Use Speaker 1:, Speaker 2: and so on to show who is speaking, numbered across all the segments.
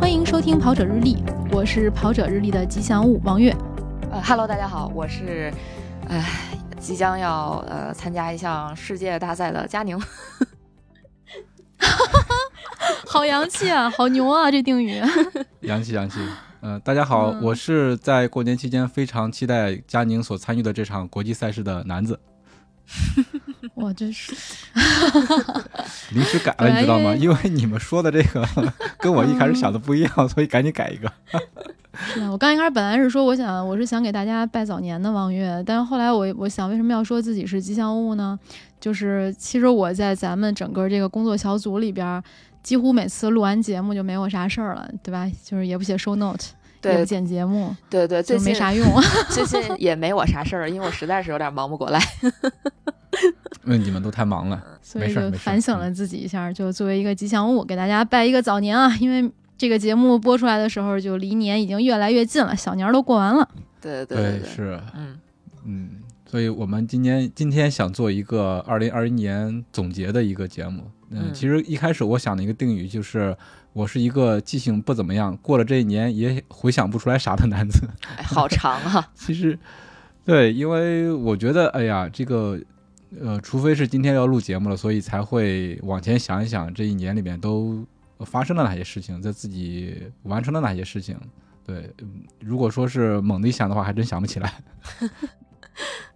Speaker 1: 欢迎收听《跑者日历》，我是《跑者日历》的吉祥物王悦。
Speaker 2: 呃，Hello，大家好，我是，呃，即将要呃参加一项世界大赛的佳宁。
Speaker 1: 好洋气啊，好牛啊！这定语，
Speaker 3: 洋气洋气。嗯、大家好，
Speaker 1: 嗯
Speaker 3: 我是在过年期间非常期待佳宁所参与的这场国际赛事的男子，
Speaker 1: 我真是
Speaker 3: 临时改了，
Speaker 1: 对
Speaker 3: 你知道吗？
Speaker 1: 因
Speaker 3: 因为你们说的这个 跟我一开始想的不一样，所以赶紧改一个。
Speaker 1: 是啊，我刚一开始本来是说，我想我是想给大家拜早年的王月，但是后来我我想为什么要说自己是吉祥物呢？就是其实我在咱们整个这个工作小组里边儿，几乎每次录完节目就没有啥事儿了，对吧？就是也不写 show note，也不
Speaker 2: 对
Speaker 1: 剪节目，
Speaker 2: 对对，
Speaker 1: 就
Speaker 2: 最近
Speaker 1: 没 啥用。
Speaker 2: 最近也没我啥事儿，因为我实在是有点忙不过来。
Speaker 3: 嗯，你们都太忙了，
Speaker 1: 所
Speaker 3: 没
Speaker 1: 以
Speaker 3: 事儿
Speaker 1: 就
Speaker 3: 没事儿。嗯
Speaker 1: 反省了自己一下，就作为一个吉祥物，给大家拜一个早年啊！因为这个节目播出来的时候，就离年已经越来越近了，小年儿都过完了。
Speaker 2: 对对
Speaker 3: 嗯。
Speaker 2: 对对，
Speaker 3: 是，
Speaker 2: 嗯，
Speaker 3: 嗯，所以我们今天今天想做一个二零二一年总结的一个节目。嗯，
Speaker 2: 嗯
Speaker 3: 其实一开始我想的一个定语就是，我是一个记性不怎么样，过了这一年也回想不出来啥的男子。
Speaker 2: 哎好长啊。
Speaker 3: 其实，对，因为我觉得，哎呀，这个，呃，除非是今天要录节目了，所以才会往前想一想，这一年里面都呃发生了哪些事情，在自己完成了哪些事情。对，嗯如果说是猛地一想的话，还真想不起来。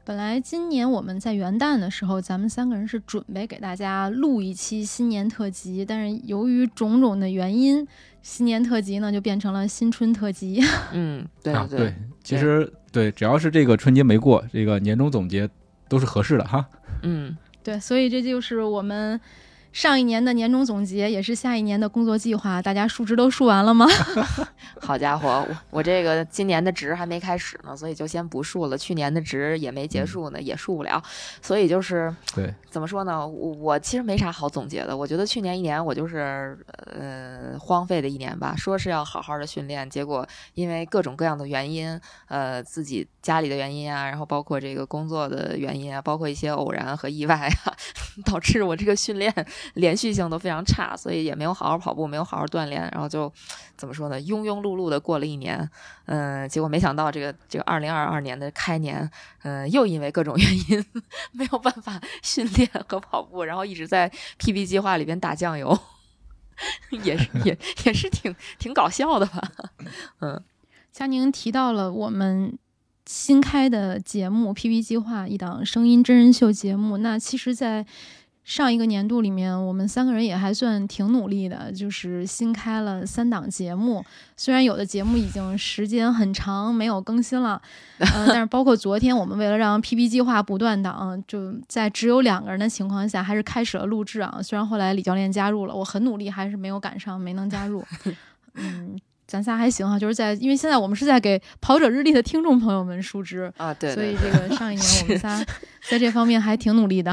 Speaker 1: 本来今年我们在元旦的时候，咱们三个人是准备给大家录一期新年特辑，但是由于种种的原因，新年特辑呢就变成了新春特辑。
Speaker 2: 嗯，对
Speaker 3: 啊，
Speaker 2: 对，
Speaker 3: 其实对，只要是这个春节没过，这个年终总结都是合适的哈。
Speaker 2: 嗯，
Speaker 1: 对，所以这就是我们上一年的年终总结，也是下一年的工作计划。大家述职都述完了吗？
Speaker 2: 好家伙，我我这个今年的值还没开始呢，所以就先不数了。去年的值也没结束呢，也数不了，所以就是
Speaker 3: 对，
Speaker 2: 怎么说呢？我我其实没啥好总结的。我觉得去年一年我就是呃荒废的一年吧，说是要好好的训练，结果因为各种各样的原因，呃，自己家里的原因啊，然后包括这个工作的原因啊，包括一些偶然和意外啊， 导致我这个训练连续性都非常差，所以也没有好好跑步，没有好好锻炼，然后就怎么说呢？庸庸碌碌的过了一年。嗯、结果没想到这个这个二零二二年的开年，嗯、又因为各种原因没有办法训练和跑步，然后一直在 PB 计划里边打酱油，也是也也是挺挺搞笑的吧？
Speaker 1: 佳宁提到了我们新开的节目《PP 计划》，一档声音真人秀节目。那其实，在上一个年度里面，我们三个人也还算挺努力的，就是新开了三档节目。虽然有的节目已经时间很长没有更新了，呃，但是包括昨天，我们为了让 PP 计划不断档，就在只有两个人的情况下，还是开始了录制啊。虽然后来李教练加入了，我很努力，还是没有赶上，没能加入。嗯，咱仨还行哈、就是在因为现在我们是在给跑者日历的听众朋友们述职，
Speaker 2: 啊，对
Speaker 1: 所
Speaker 2: 对嗯
Speaker 1: 以这个上一年我们仨在这方面还挺努力的。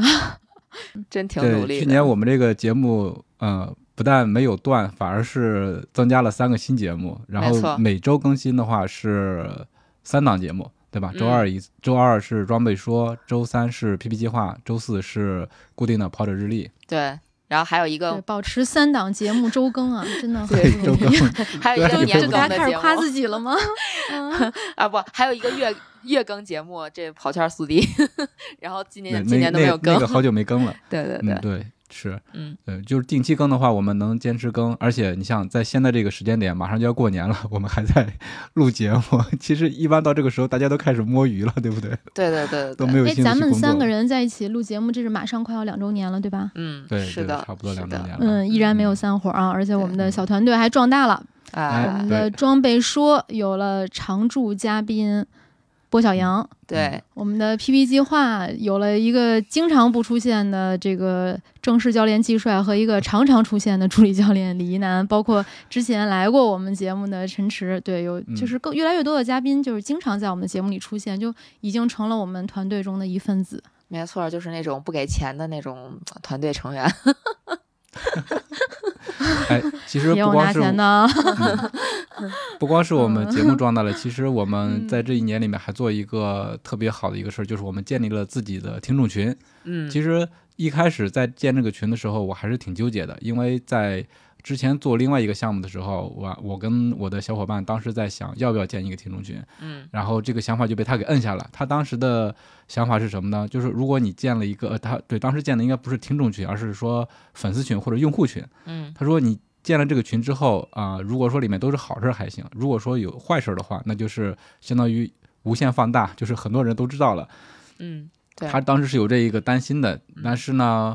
Speaker 2: 真挺努
Speaker 3: 对，
Speaker 2: 力的。
Speaker 3: 去年我们这个节目，呃，不但没有断，反而是增加了三个新节目，然
Speaker 2: 没
Speaker 3: 后
Speaker 2: 错
Speaker 3: 每周更新的话是三档节目，对吧？
Speaker 2: 嗯
Speaker 3: 周二一，周二是装备说，周三是 PP 计划，周四是固定的跑者日历，
Speaker 2: 对，然后还有一
Speaker 1: 对，
Speaker 2: 个
Speaker 1: 保持三档节目周更啊，真的很
Speaker 2: 对
Speaker 1: 不
Speaker 3: 周
Speaker 1: 容
Speaker 3: 更
Speaker 1: 易。。
Speaker 2: 还有一
Speaker 3: 对
Speaker 2: 个
Speaker 3: 周
Speaker 1: 就
Speaker 2: 年
Speaker 1: 就
Speaker 2: 更
Speaker 1: 大
Speaker 2: 的
Speaker 1: 家开
Speaker 2: 节
Speaker 1: 始夸
Speaker 2: 目
Speaker 1: 自己 了吗？嗯，
Speaker 2: 啊，不，还有一个月月更节目，这跑圈速递， 然后今
Speaker 3: 对，
Speaker 2: 年
Speaker 3: 那
Speaker 2: 今年都没有
Speaker 3: 那
Speaker 2: 更
Speaker 3: 那个。好久没更了。
Speaker 2: 对 对对，
Speaker 3: 嗯，对，是，
Speaker 2: 嗯，
Speaker 3: 对，就是定期更的话，我们能坚持更，而且你像在现在这个时间点，马上就要过年了，我们还在 录节目，其实一般到这个时候，大家都开始摸鱼了，对不对？
Speaker 2: 对对对
Speaker 3: 都
Speaker 2: 对
Speaker 3: 没
Speaker 2: 对。
Speaker 3: 有
Speaker 1: 哎，
Speaker 3: 心思
Speaker 1: 咱
Speaker 3: 去
Speaker 1: 们
Speaker 3: 工作了
Speaker 1: 三个人在一起录节目，这是马上快要两周年了，对吧？
Speaker 2: 嗯，
Speaker 3: 对，
Speaker 2: 是
Speaker 3: 对
Speaker 2: 的，
Speaker 3: 差不多
Speaker 2: 是
Speaker 3: 两周
Speaker 2: 的
Speaker 3: 年了。
Speaker 1: 嗯，依然没有散伙啊，而且我们的小团队还壮大了。我
Speaker 2: 啊
Speaker 1: 们
Speaker 3: 哎对
Speaker 1: 的装备说有了常驻嘉宾，郭晓阳，
Speaker 2: 对，
Speaker 3: 嗯
Speaker 1: 我们的 PP 计划有了一个经常不出现的这个正式教练季帅和一个常常出现的助理教练李一男，包括之前来过我们节目的陈池，对，有
Speaker 3: 嗯
Speaker 1: 就是更越来越多的嘉宾就是经常在我们的节目里出现，就已经成了我们团队中的一份子。
Speaker 2: 没错，就是那种不给钱的那种呃团队成员。
Speaker 3: 哎，其 实
Speaker 1: 也有
Speaker 3: 不光
Speaker 1: 拿
Speaker 3: 是嗯
Speaker 1: 钱的啊，
Speaker 3: 不光是我
Speaker 1: 嗯
Speaker 3: 们节目壮大了，其实我们在这一年里面还做一个特别好的一个事儿，就是我们建立了自己的听众群。
Speaker 2: 嗯，
Speaker 3: 其实一开始在建这个群的时候，我还是挺纠结的，因为在之前做另外一个项目的时候，我我跟我的小伙伴当时在想要不要建一个听众群，
Speaker 2: 嗯
Speaker 3: 然后这个想法就被他给摁下了。他当时的想法是什么呢？就是如果你建了一个，呃、他对当时建的应该不是听众群，而是说粉丝群或者用户群。
Speaker 2: 嗯
Speaker 3: 他说你建了这个群之后啊、如果说里面都是好事儿还行，如果说有坏事儿的话，那就是相当于无限放大，就是很多人都知道了。
Speaker 2: 嗯，对，
Speaker 3: 他当时是有这一个担心的，但是呢，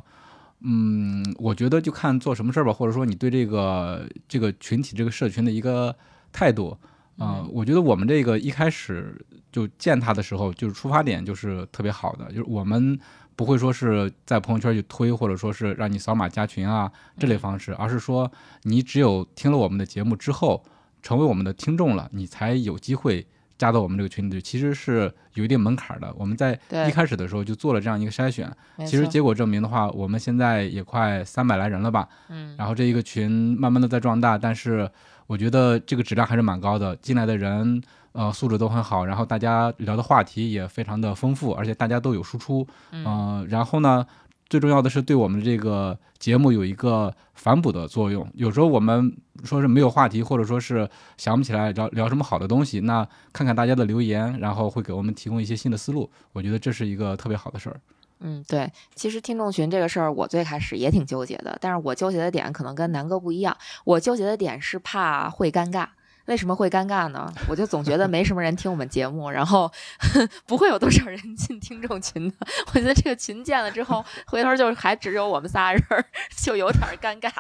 Speaker 3: 嗯，我觉得就看做什么事儿吧，或者说你对这个这个群体、这个社群的一个态度。啊、
Speaker 2: 嗯
Speaker 3: 我觉得我们这个一开始就见他的时候，就是出发点就是特别好的，就是我们不会说是在朋友圈去推，或者说是让你扫码加群啊这类方式，而是说你只有听了我们的节目之后，成为我们的听众了，你才有机会加到我们这个群里去，其实是有一定门槛的。我们在
Speaker 2: 对
Speaker 3: 一开始的时候就做了这样一个筛选，
Speaker 2: 没
Speaker 3: 其实
Speaker 2: 错
Speaker 3: 结果证明的话，我们现在也快三百来人了吧，
Speaker 2: 嗯
Speaker 3: 然后这一个群慢慢的在壮大，但是我觉得这个质量还是蛮高的，进来的人呃素质都很好，然后大家聊的话题也非常的丰富，而且大家都有输出，
Speaker 2: 嗯
Speaker 3: 呃，然后呢，最重要的是对我们这个节目有一个反哺的作用。有时候我们说是没有话题，或者说是想不起来聊聊什么好的东西，那看看大家的留言，然后会给我们提供一些新的思路。我觉得这是一个特别好的 事儿。
Speaker 2: 嗯，对，其实听众群这个事儿，我最开始也挺纠结的，但是我纠结的点可能跟南哥不一样，我纠结的点是怕会尴尬。为什么会尴尬呢？我就总觉得没什么人听我们节目，然后 不会有多少人进听众群的。我觉得这个群建了之后，回头就还只有我们仨人儿， 就有点儿尴尬。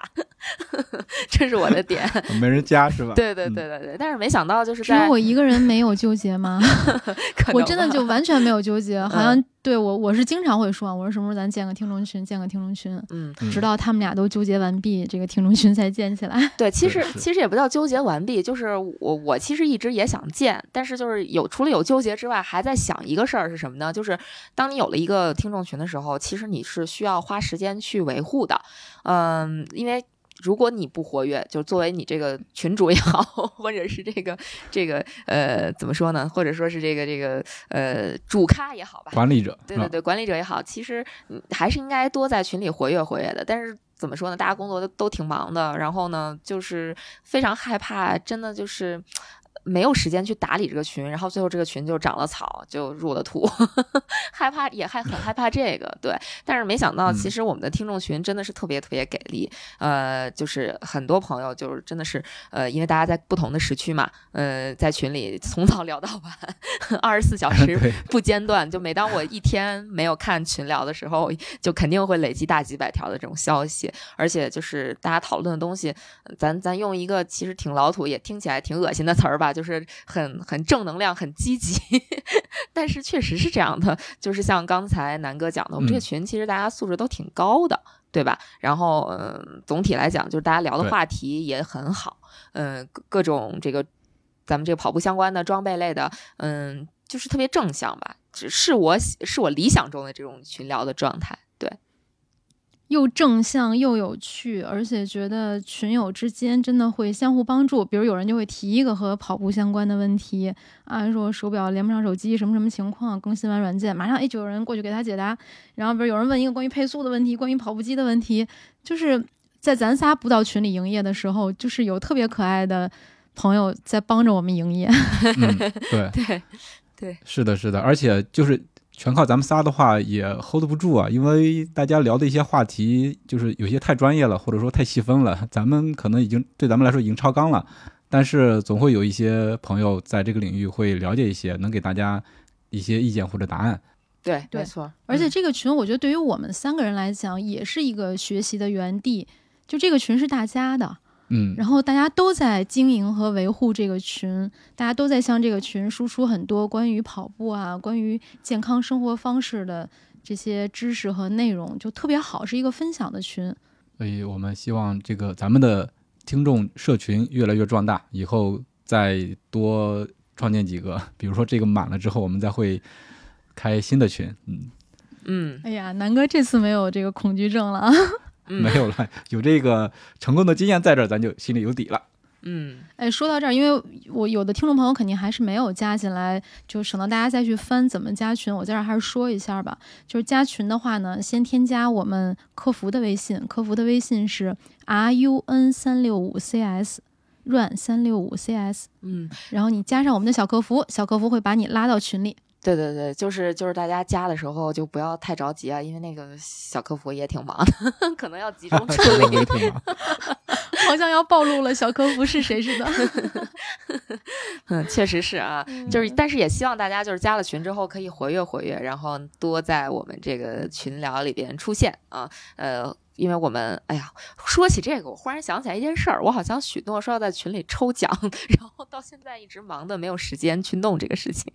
Speaker 2: 这是我的 点。
Speaker 3: 没人加是吧？
Speaker 2: 对
Speaker 1: 嗯
Speaker 2: 对对对对，但是没想到就是
Speaker 1: 只
Speaker 2: 在
Speaker 1: 有我一个人没有纠结吗？
Speaker 2: 可
Speaker 1: 我
Speaker 2: 能
Speaker 1: 真的
Speaker 2: 吧
Speaker 1: 就完全没有纠结，好
Speaker 3: 嗯
Speaker 1: 像对我我是经常会说，啊我说什么时候咱建个听众群，建个听众群，
Speaker 2: 嗯，
Speaker 3: 嗯
Speaker 1: 直到他们俩都纠结完毕，这个听众群才建起来。
Speaker 2: 对，其
Speaker 3: 对
Speaker 2: 实
Speaker 3: 是
Speaker 2: 其实也不叫纠结完毕，就是我我其实一直也想建，但是就是有除了有纠结之外，还在想一个事儿是什么呢？就是当你有了一个听众群的时候，其实你是需要花时间去维护的，嗯，因为。如果你不活跃，就作为你这个群主也好，或者是这个这个呃怎么说呢，或者说是这个这个呃主咖也好吧，
Speaker 3: 管理者
Speaker 2: 对对对，管理者也好，其实嗯还是应该多在群里活跃活跃的。但是怎么说呢，大家工作都都挺忙的，然后呢，就是非常害怕，真的就是。没有时间去打理这个群，然后最后这个群就长了草，就入了土， 害怕也害很害怕这个，对。但是没想到，
Speaker 3: 嗯
Speaker 2: 其实我们的听众群真的是特别特别给力，呃，就是很多朋友就是真的是呃，因为大家在不同的时区嘛，呃，在群里从早聊到晚， 二十四小时
Speaker 3: 对
Speaker 2: 不间断。就每当我一天没有看群聊的时候，就肯定会累积大几百条的这种消息，而且就是大家讨论的东西，呃咱咱用一个其实挺老土也听起来挺恶心的词儿吧，就是很很正能量、很积极， 但是确实是这样的。就是像刚才南哥讲的，我们这个
Speaker 3: 嗯
Speaker 2: 群其实大家素质都挺高的。对吧？然后，嗯、总体来讲，就是大家聊的
Speaker 3: 对
Speaker 2: 话题也很好，嗯、各各种这个咱们这个跑步相关的装备类的，嗯，就是特别正向吧，只是我喜是我理想中的这种群聊的状态。对，
Speaker 1: 又正向又有趣，而且觉得群友之间真的会相互帮助。比如有人就会提一个和跑步相关的问题啊，说手表连不上手机，什么什么情况，更新完软件，马上哎就有人过去给他解答。然后比如有人问一个关于配速的问题，关于跑步机的问题，就是在咱仨不到群里营业的时候，就是有特别可爱的朋友在帮着我们营业。
Speaker 3: 嗯， 对
Speaker 2: 对对，
Speaker 3: 是的，是的，而且就是全靠咱们仨的话也 hold 不住啊，因为大家聊的一些话题就是有些太专业了，或者说太细分了，咱们可能已经对咱们来说已经超纲了，但是总会有一些朋友在这个领域会了解一些，能给大家一些意见或者答案。
Speaker 2: 对，
Speaker 1: 对
Speaker 2: 没错。
Speaker 1: 而且
Speaker 2: 嗯
Speaker 1: 这个群，我觉得对于我们三个人来讲，也是一个学习的园地。就这个群是大家的，
Speaker 3: 嗯，
Speaker 1: 然后大家都在经营和维护这个群，大家都在向这个群输出很多关于跑步啊、关于健康生活方式的这些知识和内容，就特别好，是一个分享的群。
Speaker 3: 所以我们希望这个咱们的听众社群越来越壮大，以后再多创建几个，比如说这个满了之后，我们再会开新的群，嗯，
Speaker 2: 嗯
Speaker 1: 哎呀，南哥这次没有这个恐惧症了啊！
Speaker 2: 嗯，
Speaker 3: 没有 了，有这个成功的经验在这儿，咱就心里有底了。
Speaker 2: 嗯，
Speaker 1: 哎，说到这儿，因为我有的听众朋友肯定还是没有加进来，就省得大家再去翻怎么加群。我在这儿还是说一下吧，就是加群的话呢，先添加我们客服的微信，客服的微信是 R U N 三六五 C S。run 三六五 cs，
Speaker 2: 嗯，
Speaker 1: 然后你加上我们的小客服，小客服会把你拉到群里。
Speaker 2: 对对对，就是就是大家加的时候就不要太着急啊，因为那个小客服也挺忙的， 可能要集 中处
Speaker 3: 这个
Speaker 2: 理。
Speaker 3: 我也挺忙
Speaker 1: 好像要暴露了小客服是谁似的。
Speaker 2: 嗯，确实是啊，就是，但是也希望大家就是加了群之后可以活跃活跃，然后多在我们这个群聊里边出现啊，呃。因为我们，哎呀，说起这个，我忽然想起来一件事儿，我好像许诺说要在群里抽奖， 然后到现在一直忙的没有时间去弄这个事情。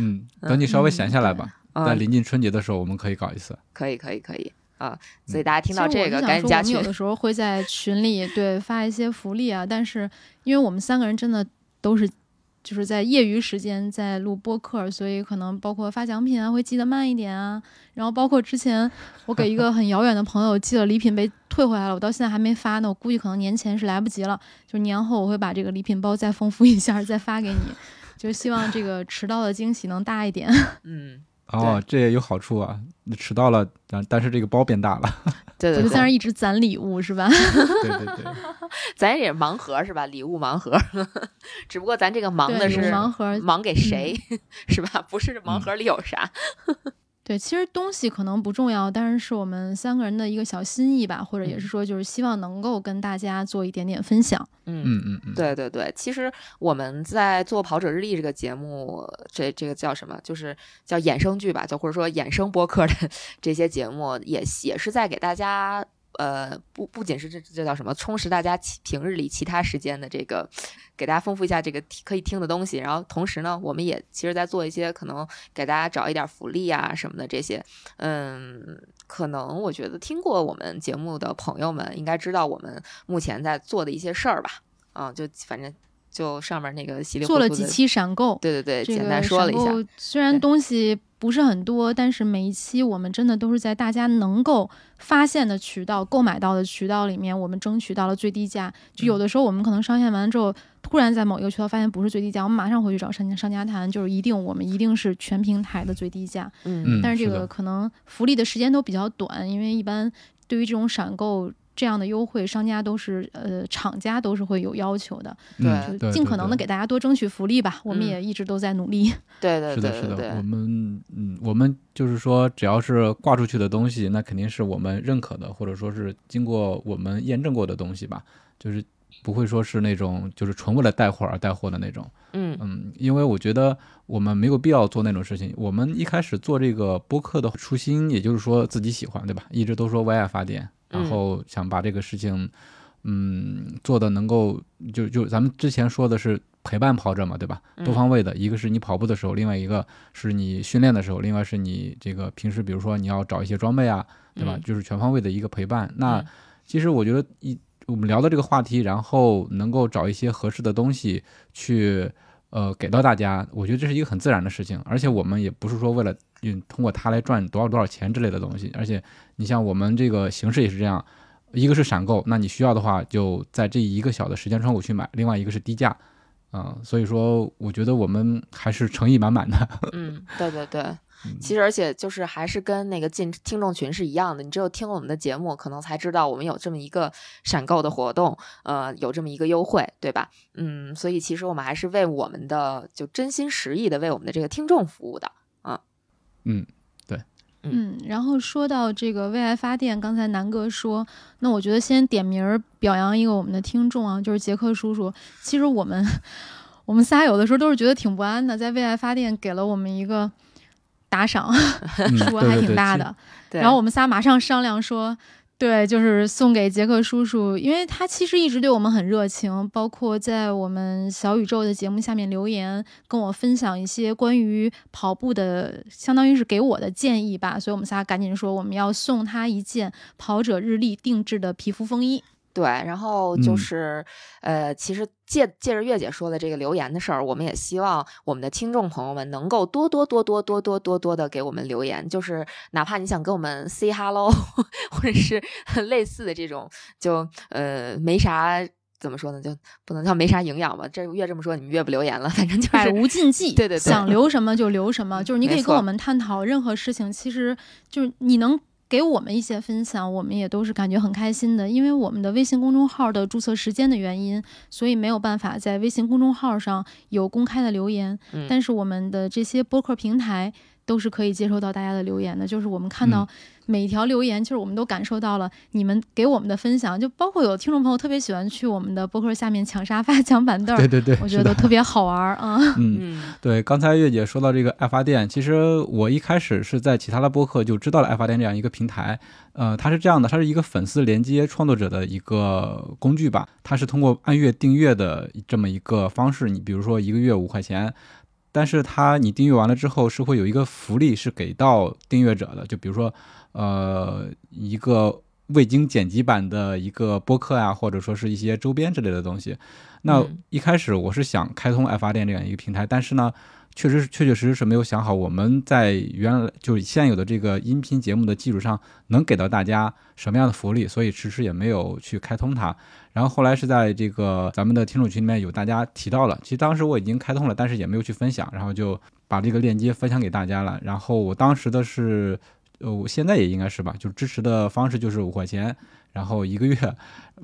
Speaker 3: 嗯，等你稍微闲下来吧，
Speaker 2: 嗯
Speaker 3: 在临近春节的时候，我们可以搞一次。
Speaker 2: 可以，可以，可以啊！所以大家听到
Speaker 1: 其实我
Speaker 2: 这个，
Speaker 1: 是想
Speaker 2: 赶紧
Speaker 1: 说
Speaker 2: 加
Speaker 1: 我们
Speaker 2: 群
Speaker 1: 有。的时候会在群里对发一些福利啊，但是因为我们三个人真的都是就是在业余时间在录播客，所以可能包括发奖品啊会寄得慢一点啊。然后包括之前我给一个很遥远的朋友寄了礼品被退回来了，我到现在还没发呢，我估计可能年前是来不及了，就年后我会把这个礼品包再丰富一下再发给你。就希望这个迟到的惊喜能大一点。
Speaker 2: 嗯，
Speaker 3: 哦，这也有好处啊，你迟到了，但但是这个包变大 了。
Speaker 2: 对
Speaker 1: 我
Speaker 2: 对
Speaker 1: 就在那儿
Speaker 2: 对，
Speaker 1: 一直攒礼物，是吧？
Speaker 3: 对对对，
Speaker 2: 咱也是盲盒是吧？礼物盲盒， 只不过咱这个忙
Speaker 1: 对，
Speaker 2: 的
Speaker 1: 礼物
Speaker 2: 是
Speaker 1: 盲盒嗯
Speaker 2: 忙给谁， 是吧？不是盲盒里有啥。
Speaker 1: 对，其实东西可能不重要，但是是我们三个人的一个小心意吧，或者也是说，就是希望能够跟大家做一点点分享。
Speaker 2: 嗯
Speaker 3: 嗯嗯嗯，
Speaker 2: 对对对，其实我们在做《跑者日历》这个节目，这这个叫什么？就是叫衍生剧吧，就或者说衍生播客的 这些节目，也也是在给大家。呃，不不仅是这这叫什么，充实大家其平日里其他时间的这个，给大家丰富一下这个听可以听的东西。然后同时呢，我们也其实在做一些可能给大家找一点福利啊什么的这些。嗯，可能我觉得听过我们节目的朋友们应该知道我们目前在做的一些事儿吧。嗯，就反正就上面那个稀里糊
Speaker 1: 做
Speaker 2: 涂
Speaker 1: 了
Speaker 2: 的，
Speaker 1: 几期闪购，
Speaker 2: 对对对，
Speaker 1: 这
Speaker 2: 简
Speaker 1: 个
Speaker 2: 单说了一下
Speaker 1: 闪，购虽然
Speaker 2: 对
Speaker 1: 东西不是很多，但是每一期我们真的都是在大家能够发现的渠道、购买到的渠道里面，我们争取到了最低价。就
Speaker 2: 嗯
Speaker 1: 有的时候我们可能上线完之后，突然在某一个渠道发现不是最低价，我们马上回去找商家商家谈，就是一定我们一定是全平台的最低价。
Speaker 2: 嗯
Speaker 3: 嗯，
Speaker 1: 但是
Speaker 3: 是
Speaker 1: 这
Speaker 3: 的
Speaker 1: 个可能福利的时间都比较短，因为一般对于这种闪购这样的优惠，商家都是呃厂家都是会有要求的，
Speaker 2: 对
Speaker 1: 就
Speaker 3: 嗯对
Speaker 1: 尽
Speaker 3: 对
Speaker 1: 可能的
Speaker 3: 对
Speaker 1: 给大家多争取福利吧。我们
Speaker 2: 嗯
Speaker 1: 也一直都在努力。
Speaker 2: 对对
Speaker 3: 是
Speaker 2: 对
Speaker 3: 的，是
Speaker 2: 对
Speaker 3: 的，我
Speaker 2: 对，
Speaker 3: 们嗯，我们就是说，只要是挂出去的东西，那肯定是我们认可的，或者说是经过我们验证过的东西吧，就是不会说是那种就是纯为了带货而带货的那种。
Speaker 2: 嗯
Speaker 3: 嗯，因为我觉得我们没有必要做那种事情。我们一开始做这个播客的初心，也就是说自己喜欢，对吧？一直都说为爱发电，然
Speaker 2: 嗯
Speaker 3: 后想把这个事情，嗯，做的能够嗯就就咱们之前说的是陪伴跑者嘛，对吧？多
Speaker 2: 嗯
Speaker 3: 方位的，一个是你跑步的时候，另外一个是你训练的时候，另外是你这个平时，比如说你要找一些装备啊，对吧？
Speaker 2: 嗯
Speaker 3: 就是全方位的一个陪伴。那
Speaker 2: 嗯
Speaker 3: 其实我觉得一我们聊的这个话题，然后能够找一些合适的东西去呃给到大家，我觉得这是一个很自然的事情。而且我们也不是说为了嗯通过它来赚多少多少钱之类的东西。而且你像我们这个形式也是这样，一个是闪购，那你需要的话就在这一个小的时间窗口去买；另外一个是低价，啊、所以说我觉得我们还是诚意满满的。
Speaker 2: 嗯，对对对。其实，而且就是还是跟那个进听众群是一样的，你只有听我们的节目，可能才知道我们有这么一个闪购的活动，呃，有这么一个优惠，对吧？嗯，所以其实我们还是为我们的就真心实意的为我们的这个听众服务的。
Speaker 1: 嗯，然后说到这个为爱发电，刚才南哥说，那我觉得先点名儿表扬一个我们的听众啊，就是杰克叔叔。其实我们我们仨有的时候都是觉得挺不安的，在为爱发电给了我们一个打赏，
Speaker 3: 嗯
Speaker 1: 数额还挺大的。
Speaker 2: 对，
Speaker 1: 然后我们仨马上商量说，对，就是送给杰克叔叔，因为他其实一直对我们很热情，包括在我们小宇宙的节目下面留言，跟我分享一些关于跑步的，相当于是给我的建议吧。所以我们仨赶紧说，我们要送他一件跑者日历定制的皮肤风衣。
Speaker 2: 对，然后
Speaker 3: 嗯
Speaker 2: 就是，呃，其实借借着月姐说的这个留言的事儿，我们也希望我们的听众朋友们能够多多多多多多多多的给我们留言，就是哪怕你想跟我们 say hello，或 者是类似的这种，就呃没啥怎么说呢，就不能叫没啥营养吧。这越这么说，你们越不留言了，反正就
Speaker 1: 百
Speaker 2: 是
Speaker 1: 无禁忌，
Speaker 2: 对对对
Speaker 1: 想留什么就留什么，
Speaker 2: 嗯
Speaker 1: 就是你可以
Speaker 2: 没错
Speaker 1: 跟我们探讨任何事情，其实就是你能。给我们一些分享，我们也都是感觉很开心的，因为我们的微信公众号的注册时间的原因，所以没有办法在微信公众号上有公开的留言。
Speaker 2: 嗯
Speaker 1: 但是我们的这些播客平台都是可以接收到大家的留言的，就是我们看
Speaker 2: 嗯
Speaker 1: 到每一条留言，就是我们都感受到了你们给我们的分享，就包括有听众朋友特别喜欢去我们的播客下面抢沙发、抢板凳儿，
Speaker 3: 对对对，
Speaker 1: 我
Speaker 3: 是
Speaker 1: 觉
Speaker 3: 的
Speaker 1: 得特别好玩儿啊。
Speaker 3: 嗯。
Speaker 2: 嗯
Speaker 3: 对，刚才月姐说到这个爱发电，其实我一开始是在其他的播客就知道了爱发电这样一个平台。呃，它是这样的，它是一个粉丝连接创作者的一个工具吧，它是通过按月订阅的这么一个方式。你比如说一个月五块钱，但是它你订阅完了之后是会有一个福利是给到订阅者的，就比如说呃一个未经剪辑版的一个播客啊，或者说是一些周边之类的东西。那
Speaker 2: 嗯
Speaker 3: 一开始我是想开通爱发电这样一个平台，但是呢，确实是确确实实是没有想好我们在原来就是现有的这个音频节目的基础上能给到大家什么样的福利，所以迟迟也没有去开通它。然后后来是在这个咱们的听众群里面有大家提到了，其实当时我已经开通了，但是也没有去分享，然后就把这个链接分享给大家了。然后我当时的是，呃，我现在也应该是吧，就支持的方式就是五块钱，然后一个月，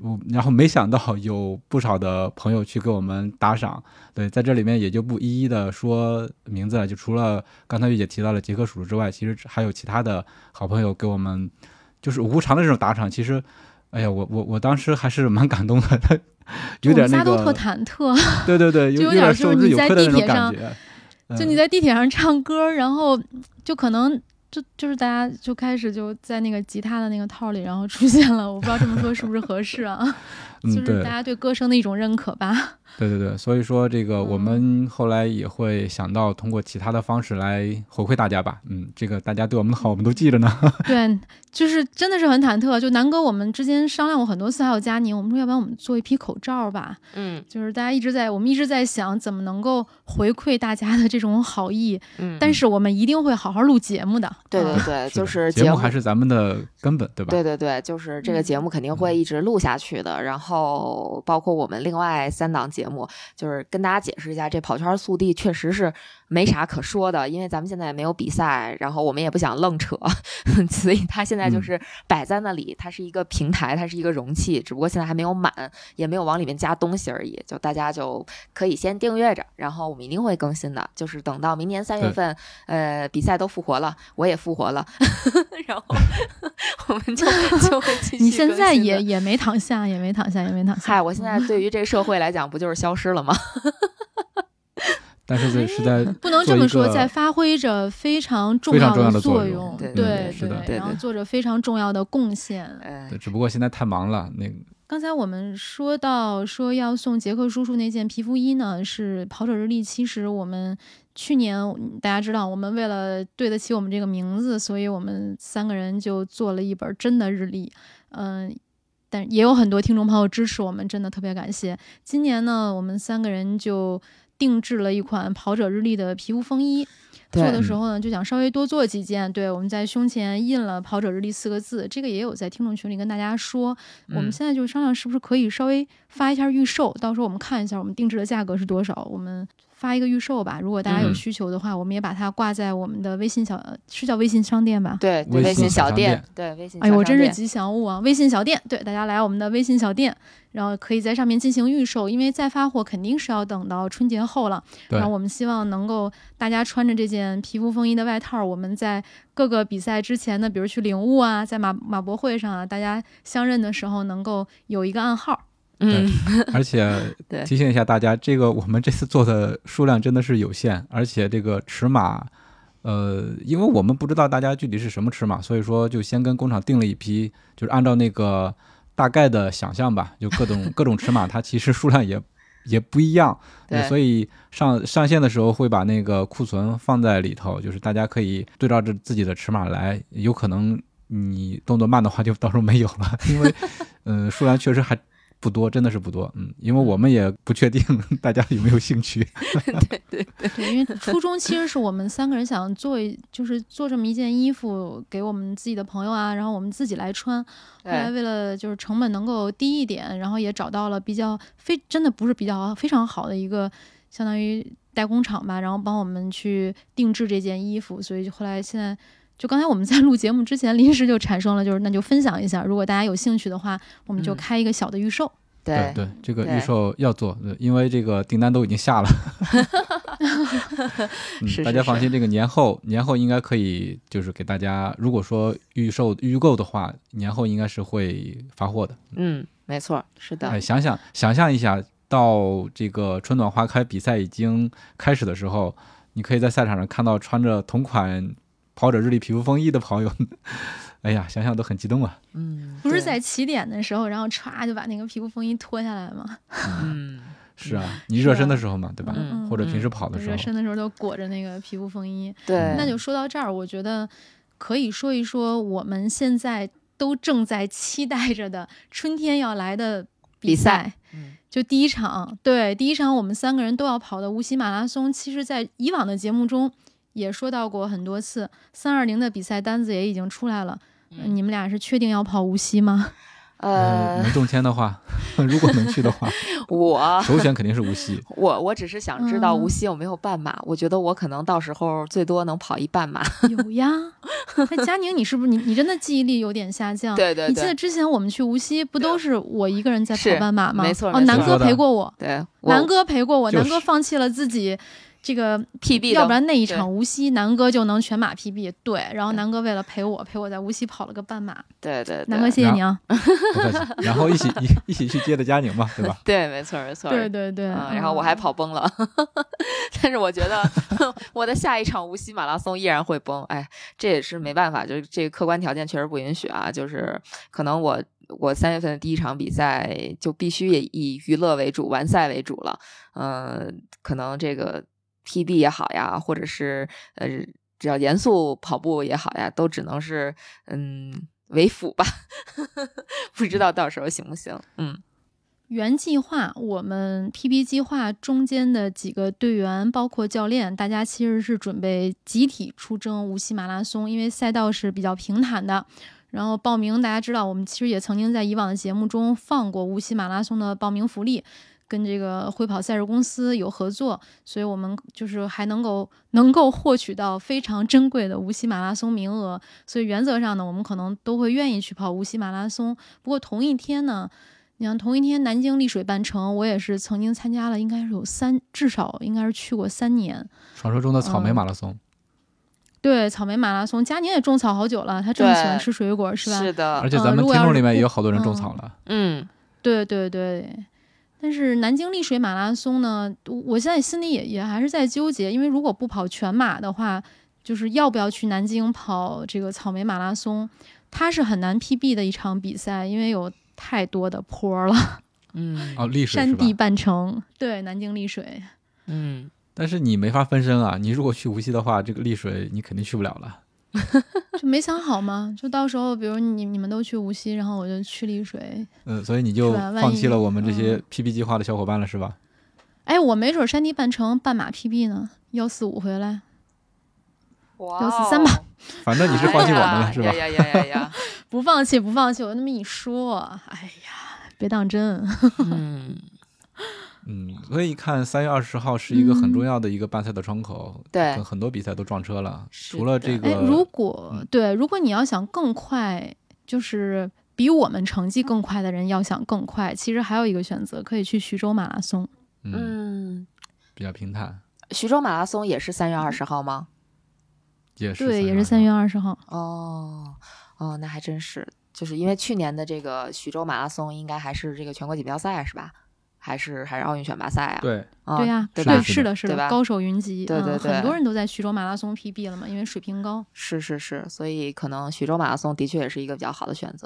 Speaker 3: 我然后没想到有不少的朋友去给我们打赏，对，在这里面也就不一一的说名字了，就除了刚才玉姐提到了杰克叔叔之外，其实还有其他的好朋友给我们就是无偿的这种打赏，其实。哎呀，我我我当时还是蛮感动的， 有点那
Speaker 1: 哦我们仨都特
Speaker 3: 个，
Speaker 1: 忐 忑，
Speaker 3: 对对对，
Speaker 1: 就有
Speaker 3: 有
Speaker 1: 点
Speaker 3: 点
Speaker 1: 就是
Speaker 3: 受之
Speaker 1: 你
Speaker 3: 有
Speaker 1: 在
Speaker 3: 愧的
Speaker 1: 地
Speaker 3: 那种
Speaker 1: 铁上
Speaker 3: 感觉。嗯
Speaker 1: 就你在地铁上唱歌，然后就可能就就是大家就开始就在那个吉他的那个套里，然后出现了，我不知道这么说是不是合适 啊？
Speaker 3: 嗯
Speaker 1: 就
Speaker 3: 对
Speaker 1: 是大家对歌声的一种认可吧。
Speaker 3: 对对对，所以说这个我
Speaker 2: 嗯
Speaker 3: 们后来也会想到通过其他的方式来回馈大家吧。嗯，这个大家对我们的好，我们都记着 呢。
Speaker 1: 对，就是真的是很忐忑。就南哥我们之间商量过很多次，还有佳宁，我们说要不然我们做一批口罩吧。
Speaker 2: 嗯
Speaker 1: 就是大家一直在，我们一直在想怎么能够回馈大家的这种好意，
Speaker 2: 嗯，
Speaker 1: 但是我们一定会好好录节目的。
Speaker 2: 对
Speaker 1: 嗯
Speaker 2: 对对，就是
Speaker 3: 的
Speaker 2: 是
Speaker 3: 节
Speaker 2: 目
Speaker 3: 还是咱们的根本，对吧？嗯
Speaker 2: 对对对，就是这个节目肯定会一直录下去的。然后包括我们另外三档节目，就是跟大家解释一下，这跑圈速递确实是没啥可说的，因为咱们现在也没有比赛，然后我们也不想愣扯， 所以它现在就
Speaker 3: 嗯
Speaker 2: 是摆在那里，它是一个平台，它是一个容器，只不过现在还没有满，也没有往里面加东西而已。就大家就可以先订阅着，然后我们一定会更新的。就是等到明年三月
Speaker 3: 对
Speaker 2: 份，呃，比赛都复活了，我也复活了， 然后 我们就就会继续。
Speaker 1: 你现在也？也没躺下，也没躺下，也没躺下。
Speaker 2: 嗨，我现在对于这个社会来讲，不就是消失了吗？
Speaker 3: 但是
Speaker 2: 嗯
Speaker 3: 这是在
Speaker 1: 不能这
Speaker 3: 做一
Speaker 1: 么说，
Speaker 3: 个
Speaker 1: 在发挥着非常重
Speaker 3: 非常
Speaker 1: 要
Speaker 3: 重要的
Speaker 1: 作
Speaker 3: 作
Speaker 1: 用，
Speaker 3: 用
Speaker 1: 对
Speaker 2: 对
Speaker 3: 嗯是的
Speaker 1: 对
Speaker 2: 对
Speaker 1: 然后
Speaker 2: 对
Speaker 1: 做着非常重要的贡献。
Speaker 2: 嗯
Speaker 3: 对，只不过现在太忙了，那个
Speaker 1: 刚才我们说到说要送杰克叔叔那件皮肤衣呢，是跑者日历。其实我们去年大家知道，我们为了对得起我们这个名字，所以我们三个人就做了一本真的日历。嗯、但也有很多听众朋友支持我们，真的特别感谢。今年呢，我们三个人就定制了一款跑者日历的皮肤风衣。做
Speaker 2: 对嗯
Speaker 1: 的时候呢，就想稍微多做几件。对，我们在胸前印了“跑者日历”四个字，这个也有在听众群里跟大家说。我们
Speaker 2: 嗯
Speaker 1: 现在就商量是不是可以稍微发一下预售，到时候我们看一下我们定制的价格是多少，我们发一个预售吧。如果大家有
Speaker 3: 嗯
Speaker 1: 需求的话，我们也把它挂在我们的微信小呃是叫微信商店吧。
Speaker 2: 对对
Speaker 3: 微
Speaker 2: 微信
Speaker 3: 信小
Speaker 2: 小
Speaker 3: 商
Speaker 2: 店
Speaker 3: 店，
Speaker 2: 对微信小商店。
Speaker 1: 哎呦，我真是吉祥物啊！微信小店，对大家来我们的微信小店，然后可以在上面进行预售，因为再发货肯定是要等到春节后了。
Speaker 3: 对
Speaker 1: 然后我们希望能够大家穿着这件皮肤风衣的外套，我们在各个比赛之前呢，比如去领物啊，在马马博会上啊，大家相认的时候能够有一个暗号。
Speaker 2: 嗯，
Speaker 3: 而且
Speaker 2: 对
Speaker 3: 提醒一下大家，这个我们这次做的数量真的是有限，而且这个尺码呃，因为我们不知道大家具体是什么吃嘛，所以说就先跟工厂定了一批，就是按照那个大概的想象吧，就各种各种尺码，它其实数量也也不一样，
Speaker 2: 对
Speaker 3: 所以上上线的时候会把那个库存放在里头，就是大家可以对照着自己的尺码来，有可能你动作慢的话就到时候没有了，因为嗯、呃数量确实还。不多，真的是不多，嗯，因为我们也不确定大家有没有兴趣，
Speaker 2: 对对对，
Speaker 1: 对，因为初衷其实是我们三个人想做一，就是做这么一件衣服给我们自己的朋友啊，然后我们自己来穿。后来
Speaker 2: 嗯对
Speaker 1: 为了就是成本能够低一点，然后也找到了比较非真的不是比较好非常好的一个相当于代工厂吧，然后帮我们去定制这件衣服，所以就后来现在。就刚才我们在录节目之前，临时就产生了，就是那就分享一下，如果大家有兴趣的话，我们
Speaker 2: 嗯
Speaker 1: 就开一个小的预售。
Speaker 3: 对
Speaker 2: 对
Speaker 3: 嗯对，这个
Speaker 2: 对
Speaker 3: 预售要做，对因为这个订单都已经下了。 嗯
Speaker 2: 是
Speaker 3: 大
Speaker 2: 是
Speaker 3: 家放
Speaker 2: 是
Speaker 3: 心，这个年后年后应该可以，就是给大家，如果说预售预购的话，年后应该是会发货的。
Speaker 2: 嗯，没错，是的，
Speaker 3: 哎，想想想象一下，到这个春暖花开比赛已经开始的时候，你可以在赛场上看到穿着同款跑者日历皮肤风衣的朋友， 哎呀，想想都很激动啊。
Speaker 2: 嗯，
Speaker 1: 不是
Speaker 2: 对
Speaker 1: 在起点的时候，然后歘就把那个皮肤风衣脱下来嘛，
Speaker 2: 嗯，
Speaker 3: 是啊，你热身的时候嘛，对吧？
Speaker 2: 嗯
Speaker 3: 或者
Speaker 2: 嗯
Speaker 3: 平时跑的时候
Speaker 1: 热，身的时候都裹着那个皮肤风衣。
Speaker 2: 对，
Speaker 1: 嗯那就说到这儿，我觉得可以说一说我们现在都正在期待着的春天要来的比
Speaker 2: 比赛
Speaker 1: 赛。
Speaker 2: 嗯
Speaker 1: 就第一场，对第一场，我们三个人都要跑的无锡马拉松，其实，在以往的节目中也说到过很多次，三二零的比赛单子也已经出来了。
Speaker 2: 嗯
Speaker 1: 你们俩是确定要跑无锡吗？
Speaker 3: 呃，
Speaker 2: 呃，
Speaker 1: 嗯
Speaker 3: 能中签的话， 如果能去的话，
Speaker 2: 我
Speaker 3: 首选肯定是无锡。
Speaker 2: 我我只是想知道
Speaker 1: 嗯
Speaker 2: 无锡有没有半马，我觉得我可能到时候最多能跑一半马。
Speaker 1: 有呀。 那佳宁，你是不是你你真的记忆力有点下降？
Speaker 2: 对对
Speaker 1: 你记得
Speaker 2: 对，
Speaker 1: 之前我们去无锡，不都是我一个人在
Speaker 2: 是
Speaker 1: 跑半马吗？
Speaker 2: 没错
Speaker 1: 哦，
Speaker 2: 没
Speaker 1: 南
Speaker 3: 错
Speaker 1: 哥陪过我，
Speaker 2: 对，我
Speaker 1: 南哥陪过我，
Speaker 3: 就是
Speaker 1: 南哥放弃了自己这个，
Speaker 2: PB
Speaker 1: 要不
Speaker 2: 的
Speaker 1: 然那一
Speaker 2: 对
Speaker 1: 场无锡，南哥就能全马 PB。对，然后
Speaker 2: 对
Speaker 1: 南哥为了陪我，陪我在无锡跑了个半马。
Speaker 2: 对对
Speaker 1: 南哥，
Speaker 2: 对，
Speaker 1: 谢谢你啊！
Speaker 3: 不客气。然后一起一一起去接的佳宁嘛，对吧？
Speaker 2: 对，没错没错。
Speaker 1: 对对对，
Speaker 2: 嗯，然后我还跑崩了， 但是我觉得 我的下一场无锡马拉松依然会崩，哎，这也是没办法，就是这个客观条件确实不允许啊，就是可能我我三月份的第一场比赛就必须也以娱乐为主、完赛为主了，嗯，可能这个 PB 也好呀，或者是呃，只要严肃跑步也好呀，都只能是嗯为辅吧， 不知道到时候行不行，嗯
Speaker 1: 原计划，我们 PB 计划中间的几个队员，包括教练，大家其实是准备集体出征无锡马拉松，因为赛道是比较平坦的。然后报名，大家知道，我们其实也曾经在以往的节目中放过无锡马拉松的报名福利，跟这个会跑赛事公司有合作，所以我们就是还能够能够获取到非常珍贵的无锡马拉松名额。所以原则上呢，我们可能都会愿意去跑无锡马拉松。不过同一天呢，你像同一天南京丽水半程，我也是曾经参加了，应该是有三，至少应该是去过三年。
Speaker 3: 传说中的
Speaker 1: 嗯
Speaker 3: 草莓马拉松，
Speaker 1: 对，草莓马拉松，佳宁也种草好久了，他这么喜欢
Speaker 2: 对
Speaker 1: 吃水果是吧？
Speaker 2: 的
Speaker 3: 而，且咱们
Speaker 1: 嗯如果
Speaker 3: 听
Speaker 1: 要
Speaker 3: 众
Speaker 1: 是
Speaker 3: 里面也
Speaker 1: 不
Speaker 3: 有好多人种
Speaker 1: 嗯
Speaker 3: 草了。
Speaker 2: 嗯。
Speaker 1: 对对对。但是南京丽水马拉松呢，我我现在心里也也还是在纠结，因为如果不跑全马的话，就是要不要去南京跑这个草莓马拉松，它是很难 PB 的一场比赛，因为有太多的坡儿了，
Speaker 2: 嗯
Speaker 3: 哦，历史是
Speaker 1: 山
Speaker 3: 吧
Speaker 1: 地？半程，对，南京丽水。
Speaker 2: 嗯，
Speaker 3: 但是你没法分身啊！你如果去无锡的话，这个丽水你肯定去不了了。
Speaker 1: 就没想好吗？就到时候，比如你你们都去无锡，然后我就去丽水。
Speaker 3: 嗯，所以你就是
Speaker 1: 吧万
Speaker 3: 放弃
Speaker 1: 一
Speaker 3: 了我们这些
Speaker 1: 嗯
Speaker 3: PB 计划的小伙伴了，是吧？
Speaker 1: 哎，我没准山地半程半马 PB 呢，幺四五回来。
Speaker 2: 哇
Speaker 1: 要死三吧
Speaker 2: 哦，
Speaker 3: 反正你是放弃我们了，
Speaker 2: 哎
Speaker 3: 是吧？
Speaker 2: 呀呀呀呀呀！
Speaker 1: 不放弃，不放弃，我那么一说，哎呀，别当真。
Speaker 2: 嗯，
Speaker 3: 嗯，所以看三月二十号是一个很重
Speaker 1: 嗯
Speaker 3: 要的一个办赛的窗口，
Speaker 2: 对
Speaker 3: 跟很多比赛都撞车了。
Speaker 2: 是
Speaker 3: 除了
Speaker 2: 的
Speaker 3: 这
Speaker 1: 哎，
Speaker 3: 个，
Speaker 1: 如果、
Speaker 3: 嗯
Speaker 1: 对，如果你要想更快，就是比我们成绩更快的人要想更快，其实还有一个选择，可以去徐州马拉松。
Speaker 3: 嗯，
Speaker 2: 嗯，比
Speaker 3: 比较平坦，
Speaker 2: 徐州马拉松也是三月二十号吗？
Speaker 3: 也是
Speaker 1: 对，也是
Speaker 3: 3
Speaker 1: 三月二十号。
Speaker 2: 哦，哦，那还真是，就是因为去年的这个徐州马拉松应该还是这个全国锦标赛是吧？还是还是奥运选拔赛啊？
Speaker 3: 对，
Speaker 2: 啊
Speaker 1: 对呀、
Speaker 2: 对
Speaker 3: 吧
Speaker 1: 对，是的，是
Speaker 2: 对吧
Speaker 1: 的，高手云集，
Speaker 2: 对对
Speaker 1: 嗯，
Speaker 2: 对
Speaker 1: 很多人都在徐州马拉松 PB 了嘛，因为水平高。
Speaker 2: 是是是，所以可能徐州马拉松的确也是一个比较好的选择。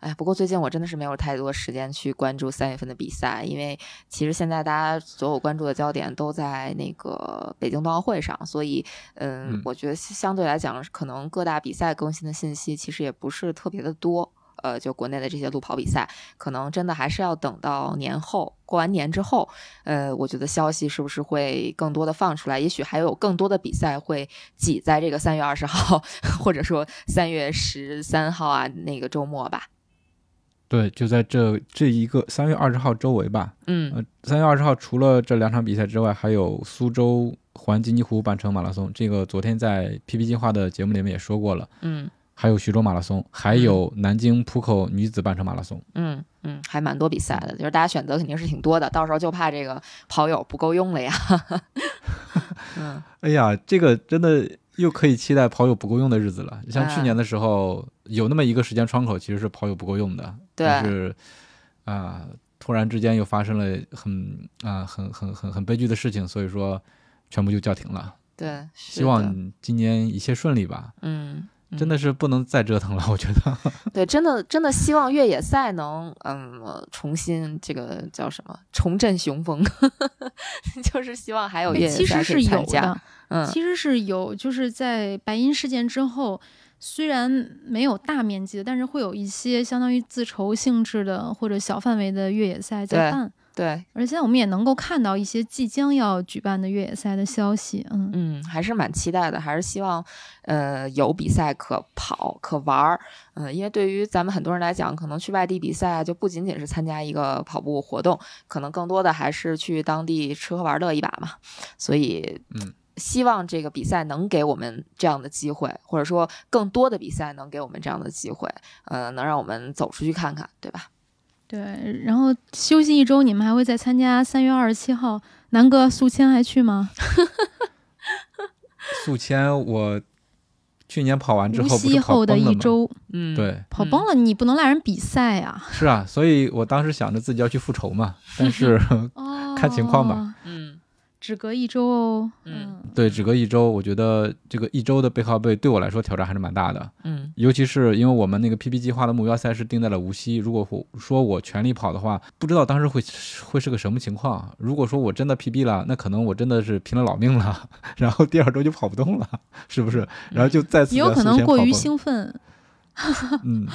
Speaker 2: 哎，不过最近我真的是没有太多时间去关注三月份的比赛，因为其实现在大家所有关注的焦点都在那个北京冬奥会上，所以嗯，
Speaker 3: 嗯
Speaker 2: 我觉得相对来讲，可能各大比赛更新的信息其实也不是特别的多。呃，就国内的这些路跑比赛，可能真的还是要等到年后过完年之后，呃，我觉得消息是不是会更多的放出来？也许还有更多的比赛会挤在这个三月二十号， 或者说三月十三号啊那个周末吧。
Speaker 3: 对，就在这这一个三月二十号周围吧。
Speaker 2: 嗯
Speaker 3: 呃，三月二十号除了这两场比赛之外，还有苏州环吉尼湖半程马拉松，这个昨天在 PP 计划的节目里面也说过了。
Speaker 2: 嗯
Speaker 3: 还有徐州马拉松，还有南京浦口女子半程马拉松。
Speaker 2: 嗯嗯，还蛮多比赛的，就是大家选择肯定是挺多的，到时候就怕这个跑友不够用了呀。 嗯
Speaker 3: 哎呀，这个真的又可以期待跑友不够用的日子了。像
Speaker 2: 啊
Speaker 3: 去年的时候，有那么一个时间窗口，其实是跑友不够用的，
Speaker 2: 对
Speaker 3: 但是啊、突然之间又发生了很啊、很很很很悲剧的事情，所以说全部就叫停了。
Speaker 2: 对，是
Speaker 3: 希
Speaker 2: 的
Speaker 3: 望今年一切顺利吧。
Speaker 2: 嗯。嗯
Speaker 3: 真的是不能再折腾了，我觉得。
Speaker 2: 对，真的真的希望越野赛能嗯呃重新这个叫什么重振雄风， 就是希望还有越野
Speaker 1: 哎其
Speaker 2: 赛
Speaker 1: 实
Speaker 2: 可
Speaker 1: 是
Speaker 2: 以
Speaker 1: 有
Speaker 2: 参加。
Speaker 1: 的，
Speaker 2: 嗯
Speaker 1: 其实是有，就是在白银事件之后，虽然没有大面积的，但是会有一些相当于自筹性质的或者小范围的越野赛在
Speaker 2: 对
Speaker 1: 办。，
Speaker 2: 对，
Speaker 1: 而现在我们也能够看到一些即将要举办的越野赛的消息，嗯，
Speaker 2: 嗯，还是蛮期待的，还是希望，呃，有比赛可跑可玩儿，嗯、因为对于咱们很多人来讲，可能去外地比赛啊就不仅仅是参加一个跑步活动，可能更多的还是去当地吃喝玩乐一把嘛，所以，
Speaker 3: 嗯。
Speaker 2: 希望这个比赛能给我们这样的机会，或者说更多的比赛能给我们这样的机会，呃，能让我们走出去看看，对吧？
Speaker 1: 对。然后休息一周，你们还会再参加三月二十七号，南哥宿迁还去吗？
Speaker 3: 宿迁，我去年跑 完之
Speaker 1: 无
Speaker 3: 后不是
Speaker 1: 锡
Speaker 3: 跑
Speaker 1: 后的
Speaker 3: 崩了
Speaker 1: 一
Speaker 3: 吗？
Speaker 1: 周
Speaker 2: 嗯，
Speaker 3: 对，
Speaker 1: 跑
Speaker 2: 嗯
Speaker 1: 崩了，你不能赖人比赛呀、
Speaker 3: 是啊，所以我当时想着自己要去复仇嘛，但是
Speaker 1: 哦，
Speaker 3: 看情况吧，
Speaker 2: 嗯
Speaker 1: 只隔一周哦，
Speaker 2: 嗯
Speaker 1: 嗯，
Speaker 3: 对，只隔一周，我觉得这个一周的背靠背对我来说挑战还是蛮大的，
Speaker 2: 嗯
Speaker 3: 尤其是因为我们那个 PP 计划的目标赛事定在了无锡，如果我说我全力跑的话，不知道当时会会是个什么情况。如果说我真的 PB 了，那可能我真的是拼了老命了， 然后第二周就跑不动了，是不是？然后就再次
Speaker 1: 嗯也有
Speaker 3: 在
Speaker 1: 可
Speaker 3: 宿
Speaker 1: 能
Speaker 3: 迁
Speaker 1: 过
Speaker 3: 跑
Speaker 1: 于
Speaker 3: 崩
Speaker 1: 兴奋。
Speaker 3: 嗯，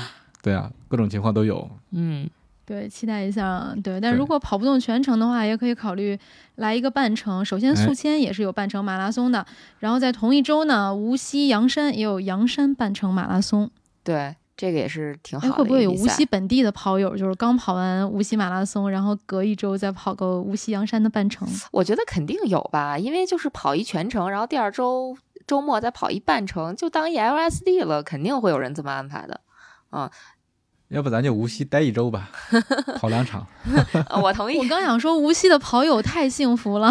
Speaker 3: 对啊，各种情况都有。
Speaker 2: 嗯，
Speaker 1: 对，期待一下。啊对，但
Speaker 3: 对
Speaker 1: 如果跑不动全程的话，也可以考虑来一个半程。首先，
Speaker 3: 哎
Speaker 1: 宿迁也是有半程马拉松的，然后在同一周呢，无锡阳山也有阳山半程马拉松。
Speaker 2: 对，这个也是挺好
Speaker 1: 哎，
Speaker 2: 的一个
Speaker 1: 会
Speaker 2: 比赛。
Speaker 1: 不会有无锡本地的跑友，就是刚跑完无锡马拉松，然后隔一周再跑个无锡阳山的半程？
Speaker 2: 我觉得肯定有吧，因为就是跑一全程，然后第二周周末再跑一半程，就当一 LSD 了，肯定会有人这么安排的。
Speaker 3: 要不咱就无锡待一周 吧，跑两场。
Speaker 2: 呃我同
Speaker 1: 我
Speaker 2: 意，
Speaker 1: 刚想说，无锡的跑友太幸福了。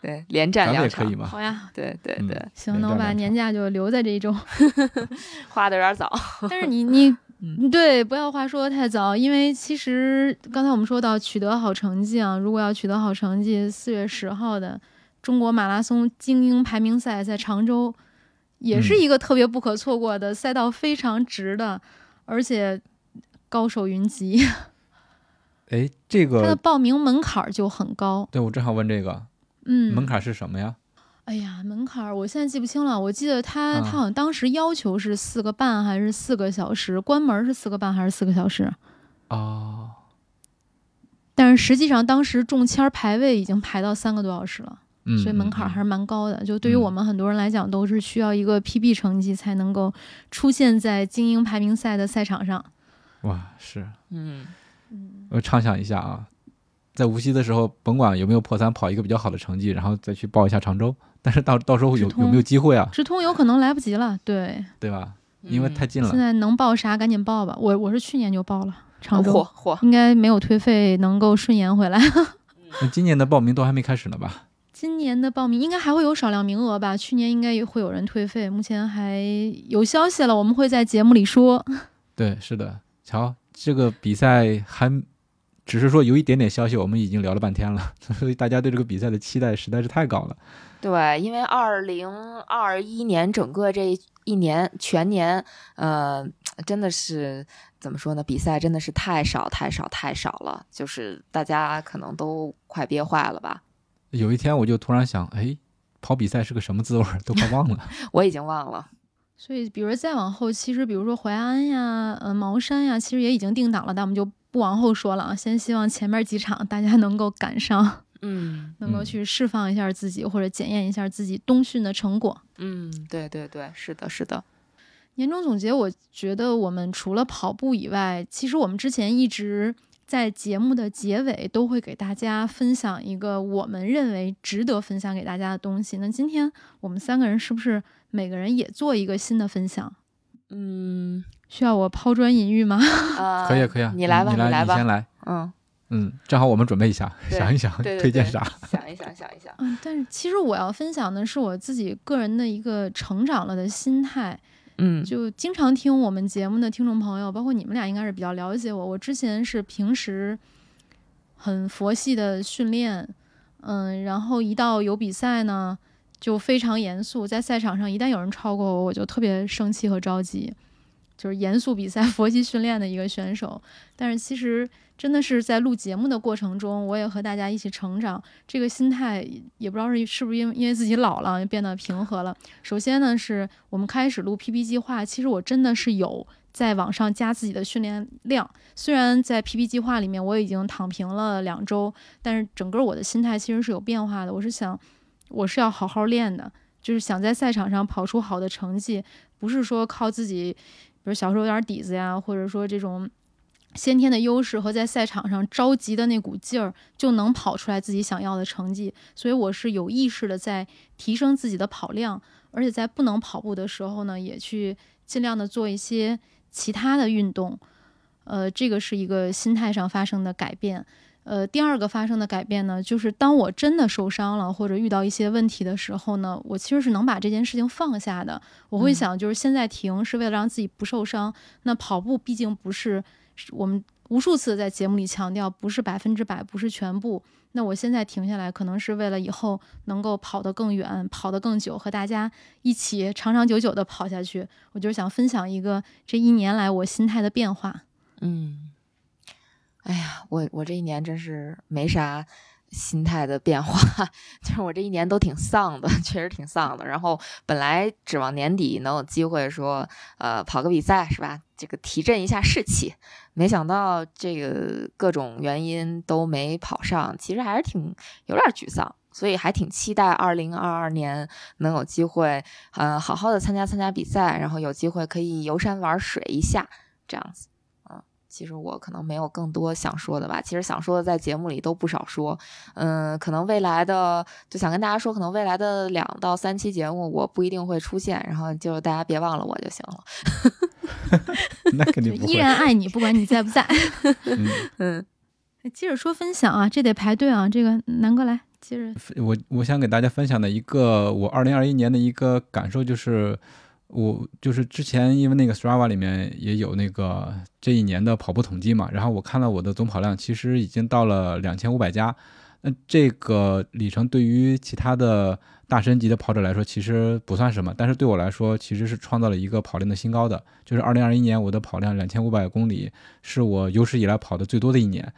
Speaker 2: 对，连
Speaker 3: 咱
Speaker 2: 战
Speaker 3: 们
Speaker 2: 两
Speaker 3: 也可
Speaker 2: 场
Speaker 3: 以，嘛。
Speaker 1: 好呀，
Speaker 2: 对对
Speaker 3: 嗯
Speaker 2: 对，
Speaker 1: 行，
Speaker 3: 连
Speaker 1: 那我
Speaker 3: 战
Speaker 1: 把
Speaker 3: 两
Speaker 1: 年
Speaker 3: 场
Speaker 1: 假就留在这一周。
Speaker 2: 花的有点早，
Speaker 1: 但是你你
Speaker 2: 嗯
Speaker 1: 对，不要话说的太早，因为其实刚才我们说到取得好成绩啊，如果要取得好成绩，四月十号的中国马拉松精英排名赛在常州，也是
Speaker 3: 嗯
Speaker 1: 一个特别不可错过的赛道，非常值的，而且高手云集，
Speaker 3: 哎，这
Speaker 1: 它的
Speaker 3: 个
Speaker 1: 报名门槛儿就很高。
Speaker 3: 对我正好问这个
Speaker 1: 嗯，
Speaker 3: 门槛是什么呀？
Speaker 1: 哎呀，门槛儿我现在记不清了，我记得他、
Speaker 3: 啊
Speaker 1: 他好像当时要求是四个半还是四个小时，关门儿是四个半还是四个小时？
Speaker 3: 哦，
Speaker 1: 但是实际上，当时中签儿排位已经排到三个多小时了，
Speaker 3: 嗯，
Speaker 1: 所以门槛儿还是
Speaker 3: 嗯
Speaker 1: 蛮高的。就对于
Speaker 3: 嗯
Speaker 1: 我们很多人来讲，都是需要一个 PB 成绩才能够出现在精英排名赛的赛场上。
Speaker 3: 嗯哇，是
Speaker 2: 嗯
Speaker 1: 嗯，
Speaker 3: 我畅想一下啊，在无锡的时候，甭管有没有破三，跑一个比较好的成绩，然后再去报一下常州。但是到到时候有
Speaker 1: 直通
Speaker 3: 有没有机会啊？
Speaker 1: 直通有可能来不及了，对，
Speaker 3: 对吧？
Speaker 2: 嗯
Speaker 3: 因为太近
Speaker 1: 现
Speaker 3: 了。
Speaker 1: 在能报啥赶紧报吧。我我是去年就报了常
Speaker 2: 火
Speaker 1: 州，
Speaker 2: 火，
Speaker 1: 应该没有退费，能够顺延回来。
Speaker 3: 那今年的报名都还没开始呢吧？
Speaker 1: 今年的报名应该还会有少量名额吧？去年应该也会有人退费，目前还有消息了，我们会在节目里说。
Speaker 3: 对，是的。瞧，这个比赛还只是说有一点点消息，我们已经聊了半天了， 所以大家对这个比赛的期待实在是太高了。
Speaker 2: 对，因为二零二一年整个这一年全年，呃，真的是怎么说呢？比赛真的是太少太少太少了，就是大家可能都快憋坏了吧。
Speaker 3: 有一天我就突然想，哎，跑比赛是个什么滋味儿，都快 忘了。
Speaker 2: 我已经忘了，
Speaker 1: 所以，比如再往后，其实比如说淮安呀、呃茅山呀，其实也已经定档了，但我们就不往后说了啊。先希望前面几场大家能够赶上，
Speaker 2: 嗯
Speaker 1: 能够
Speaker 3: 嗯
Speaker 1: 去释放一下自己，或者检验一下自己冬训的成果。
Speaker 2: 嗯，对对对，是的，是的，
Speaker 1: 年终总结，我觉得我们除了跑步以外，其实我们之前一直在节目的结尾都会给大家分享一个我们认为值得分享给大家的东西。那今天我们三个人是不是每个人也做一个新的分享？
Speaker 2: 嗯，
Speaker 1: 需要我抛砖引玉吗？
Speaker 2: 呃，
Speaker 3: 可以啊，可以啊，
Speaker 2: 你来吧，
Speaker 3: 你来，
Speaker 2: 来
Speaker 3: 你
Speaker 2: 吧，
Speaker 3: 先来。
Speaker 2: 嗯，
Speaker 3: 嗯，正好我们准备一下，
Speaker 2: 对
Speaker 3: 想一想
Speaker 2: 对对
Speaker 3: 推荐
Speaker 2: 对
Speaker 3: 啥。
Speaker 2: 想一想，想一想，
Speaker 1: 嗯，但是其实我要分享的是我自己个人的一个成长了的心态。
Speaker 2: 嗯
Speaker 1: 就经常听我们节目的听众朋友，包括你们俩，应该是比较了解我。我之前是平时很佛系的训练，嗯，然后一到有比赛呢，就非常严肃。在赛场上，一旦有人超过我，我就特别生气和着急，就是严肃比赛、 佛系训练的一个选手。但是其实真的是在录节目的过程中，我也和大家一起成长。这个心态也不知道是是不是因为因为自己老了变得平和了。首先呢，是我们开始录 PP 计划，其实我真的是有在往上加自己的训练量。虽然在 PP 计划里面我已经躺平了两周，但是整个我的心态其实是有变化的。我是想，我是要好好练的，就是想在赛场上跑出好的成绩，不是说靠自己，比如小时候有点底子呀，或者说这种。先天的优势和在赛场上着急的那股劲儿，就能跑出来自己想要的成绩。所以我是有意识的在提升自己的跑量，而且在不能跑步的时候呢，也去尽量的做一些其他的运动。呃，这个是一个心态上发生的改变。呃，第二个发生的改变呢，就是当我真的受伤了或者遇到一些问题的时候呢，我其实是能把这件事情放下的。我会
Speaker 2: 嗯
Speaker 1: 想，就是现在停是为了让自己不受伤。那跑步毕竟不是是我们无数次在节目里强调，不是百分之百，不是全部。那我现在停下来，可能是为了以后能够跑得更远，跑得更久，和大家一起长长久久的跑下去。我就是想分享一个这一年来我心态的变化。
Speaker 2: 嗯，哎呀，我我这一年真是没啥心态的变化， 就是我这一年都挺丧的， 确实挺丧的。然后本来指望年底能有机会说，呃，跑个比赛是吧？这个提振一下士气，没想到这个各种原因都没跑上，其实还是挺有点沮丧。所以还挺期待二零二二年能有机会，呃，好好的参加参加比赛，然后有机会可以游山玩水一下，这样子。其实我可能没有更多想说的吧，其实想说的在节目里都不少说，嗯，可能未来的就想跟大家说，可能未来的两到三期节目我不一定会出现，然后就大家别忘了我就行了。嗯
Speaker 3: 那肯
Speaker 1: 就
Speaker 3: 定不
Speaker 1: 依
Speaker 3: 会。
Speaker 1: 然爱你，不管你在不 在。
Speaker 3: 嗯，
Speaker 2: 嗯
Speaker 1: 接着说分享啊，这得排队啊。这个南哥来，接着
Speaker 3: 我我想给大家分享的一个我二零二一年的一个感受就是，我就是之前因为那个 Strava 里面也有那个这一年的跑步统计嘛，然后我看了我的总跑量其实已经到了两千五百加，那这个里程对于其他的大神级的跑者来说其实不算什么，但是对我来说其实是创造了一个跑量的新高的，就是二零二一年我的跑量两千五百公里是我有史以来跑的最多的一年。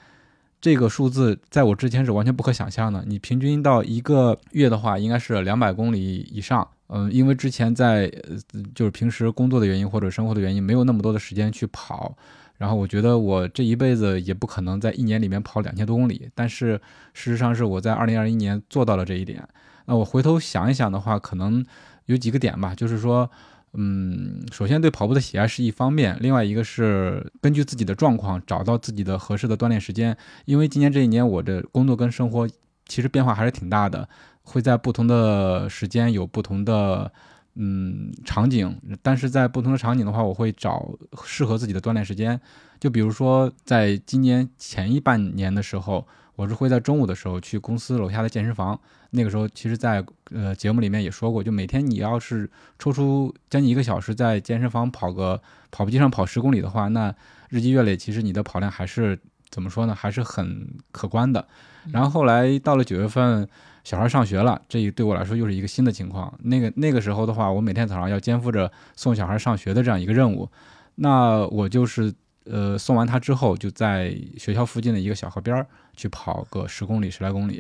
Speaker 3: 这个数字在我之前是完全不可想象的。你平均到一个月的话，应该是两百公里以上。嗯，因为之前在呃就是平时工作的原因或者生活的原因，没有那么多的时间去跑。然后我觉得我这一辈子也不可能在一年里面跑两千多公里，但是事实上是我在二零二一年做到了这一点。那我回头想一想的话，可能有几个点吧，就是说，嗯，首先对跑步的喜爱是一方面，另外一个是根据自己的状况找到自己的合适的锻炼时间。因为今年这一年我的工作跟生活其实变化还是挺大的，会在不同的时间有不同的嗯场景，但是在不同的场景的话，我会找适合自己的锻炼时间。就比如说，在今年前一半年的时候，我是会在中午的时候去公司楼下的健身房。那个时候，其实在，呃节目里面也说过，就每天你要是抽出将近一个小时在健身房跑个跑步机上跑十公里的话，那日积月累，其实你的跑量还是怎么说呢，还是很可观的。然后后来到了九月份，小孩上学了，这对我来说又是一个新的情况。那个那个时候的话，我每天早上要肩负着送小孩上学的这样一个任务，那我就是呃送完他之后，就在学校附近的一个小河边儿去跑个十公里、十来公里。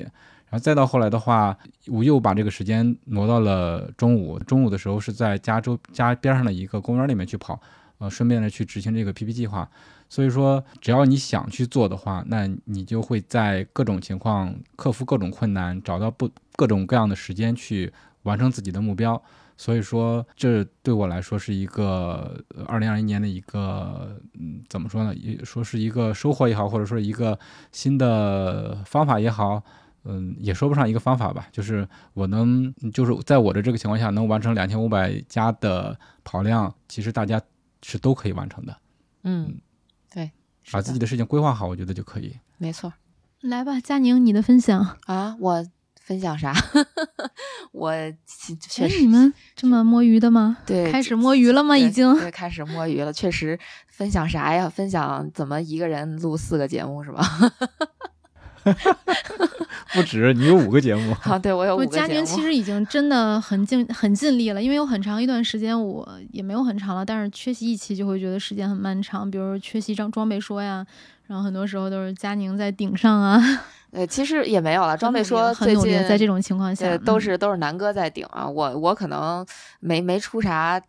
Speaker 3: 然后再到后来的话，我又把这个时间挪到了中午。中午的时候是在加州家边上的一个公园里面去跑，呃，顺便呢去执行这个 PP 计划。所以说，只要你想去做的话，那你就会在各种情况克服各种困难，找到不各种各样的时间去完成自己的目标。所以说，这对我来说是一个二零二一年的一个，嗯，怎么说呢？也说是一个收获也好，或者说一个新的方法也好，嗯，也说不上一个方法吧。就是我能，就是在我的这个情况下能完成两千五百加的跑量，其实大家是都可以完成的。
Speaker 2: 嗯，对，是
Speaker 3: 把
Speaker 2: 的
Speaker 3: 自己的事情规划好，我觉得就可以。
Speaker 2: 没错
Speaker 1: 来吧，佳宁，你的分享。
Speaker 2: 啊。我分享啥？ 我其确
Speaker 1: 哎，
Speaker 2: 实
Speaker 1: 你们这么摸鱼的吗？
Speaker 2: 对
Speaker 1: 开始摸鱼了吗？已经
Speaker 2: 对。对开始摸鱼了，确实分享啥呀？分享怎么一个人录四个节目是吧？，
Speaker 3: 不止你有五个节目
Speaker 2: 啊，对我有五
Speaker 1: 我
Speaker 2: 个
Speaker 1: 佳
Speaker 2: 节
Speaker 1: 宁其
Speaker 2: 目，
Speaker 1: 实已经真的很尽很尽力了，因为有很长一段时间我也没有很长了，但是缺席一期就会觉得时间很漫长，比如缺席装装备说呀，然后很多时候都是佳宁在顶上啊，
Speaker 2: 呃，其实也没有 了。装备说
Speaker 1: 很
Speaker 2: 最
Speaker 1: 努力
Speaker 2: 近
Speaker 1: 了，在这种情况下
Speaker 2: 对，
Speaker 1: 嗯
Speaker 2: 都是都是南哥在顶啊，我我可能没没出啥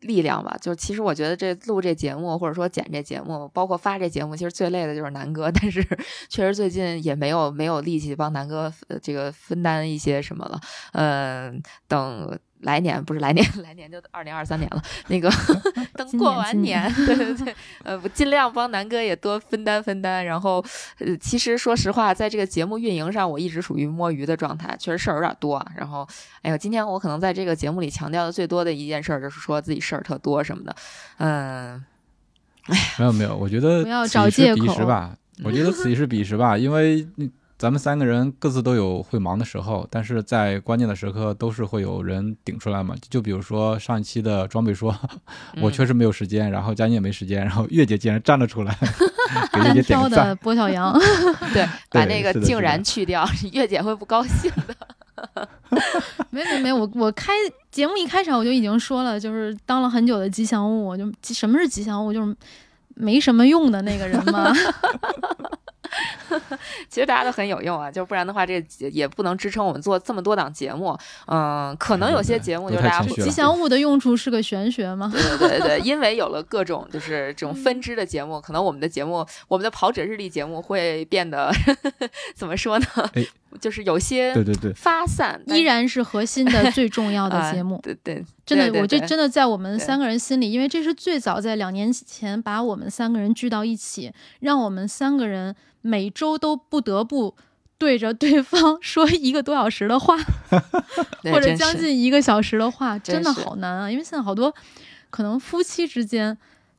Speaker 2: 力量吧。就是其实我觉得这录这节目，或者说剪这节目，包括发这节目，其实最累的就是南哥。 但是确实最近也没有没有力气帮南哥呃这个分担一些什么了。嗯、等。来年不是来年， 来年就二零二三年了。那个 等
Speaker 1: 嗯今
Speaker 2: 过
Speaker 1: 年
Speaker 2: 完
Speaker 1: 今年
Speaker 2: 年，对对对，呃，我尽量帮南哥也多分担分担。然后，呃，其实说实话，在这个节目运营上，我一直属于摸鱼的状态，确实事儿有点多啊。然后，哎呦，今天我可能在这个节目里强调的最多的一件事儿，就是说自己事儿特多什么的。嗯，
Speaker 3: 没有没有，我觉得
Speaker 1: 不要
Speaker 3: 此
Speaker 1: 找
Speaker 3: 一时
Speaker 1: 借
Speaker 3: 彼一时
Speaker 1: 口
Speaker 3: 吧。我觉得此一时彼一时吧，因为你咱们三个人各自都有会忙的时候，但是在关键的时刻都是会有人顶出来嘛。就比如说上一期的装备说，
Speaker 1: 嗯
Speaker 2: 嗯
Speaker 3: 我确实没有时间，然后佳妮也没时间，然后月姐竟然站了出 来，给月姐
Speaker 1: 单
Speaker 3: 点
Speaker 1: 挑
Speaker 3: 个赞
Speaker 1: 的。波小杨，
Speaker 2: 嗯 对，把那个
Speaker 3: 是的
Speaker 2: 竟
Speaker 3: 是的
Speaker 2: 然去掉， 月姐会不高兴的。
Speaker 1: 没没没，我我开节目一开场我就已经说了，就是当了很久的吉祥物，我就什么是吉祥物，就是没什么用的那个人 嘛。
Speaker 2: 啊其实大家都很有用啊，就不然的话，这节也不能支撑我们做这么多档节目。嗯，可能有些节目就是大家
Speaker 3: 都太谦虚了
Speaker 1: 吉祥物的用处是个玄学嘛。
Speaker 2: 对对对对，因为有了各种就是
Speaker 3: 嗯
Speaker 2: 这种分支的节目，可能我们的节目，我们的跑者日历节目会变得 怎么说呢
Speaker 3: 哎？
Speaker 2: 就是有些
Speaker 3: 对对对，
Speaker 2: 发散，但
Speaker 1: 依然是核心的最重要 的节目
Speaker 2: 啊、，对对，
Speaker 1: 真的，
Speaker 2: 对对
Speaker 1: 我这
Speaker 2: 对
Speaker 1: 真的在我们
Speaker 2: 对
Speaker 1: 三个人心里，因为这是最早在两年前把我们三个人聚到一起，让我们三个人每周都不得不对着对方说一个多小时的话，
Speaker 2: 对
Speaker 1: 或者
Speaker 2: 真
Speaker 1: 将
Speaker 2: 是
Speaker 1: 近一个小时的话，
Speaker 2: 真
Speaker 1: 真的
Speaker 2: 是
Speaker 1: 好难啊！因为现在好多可能夫妻之间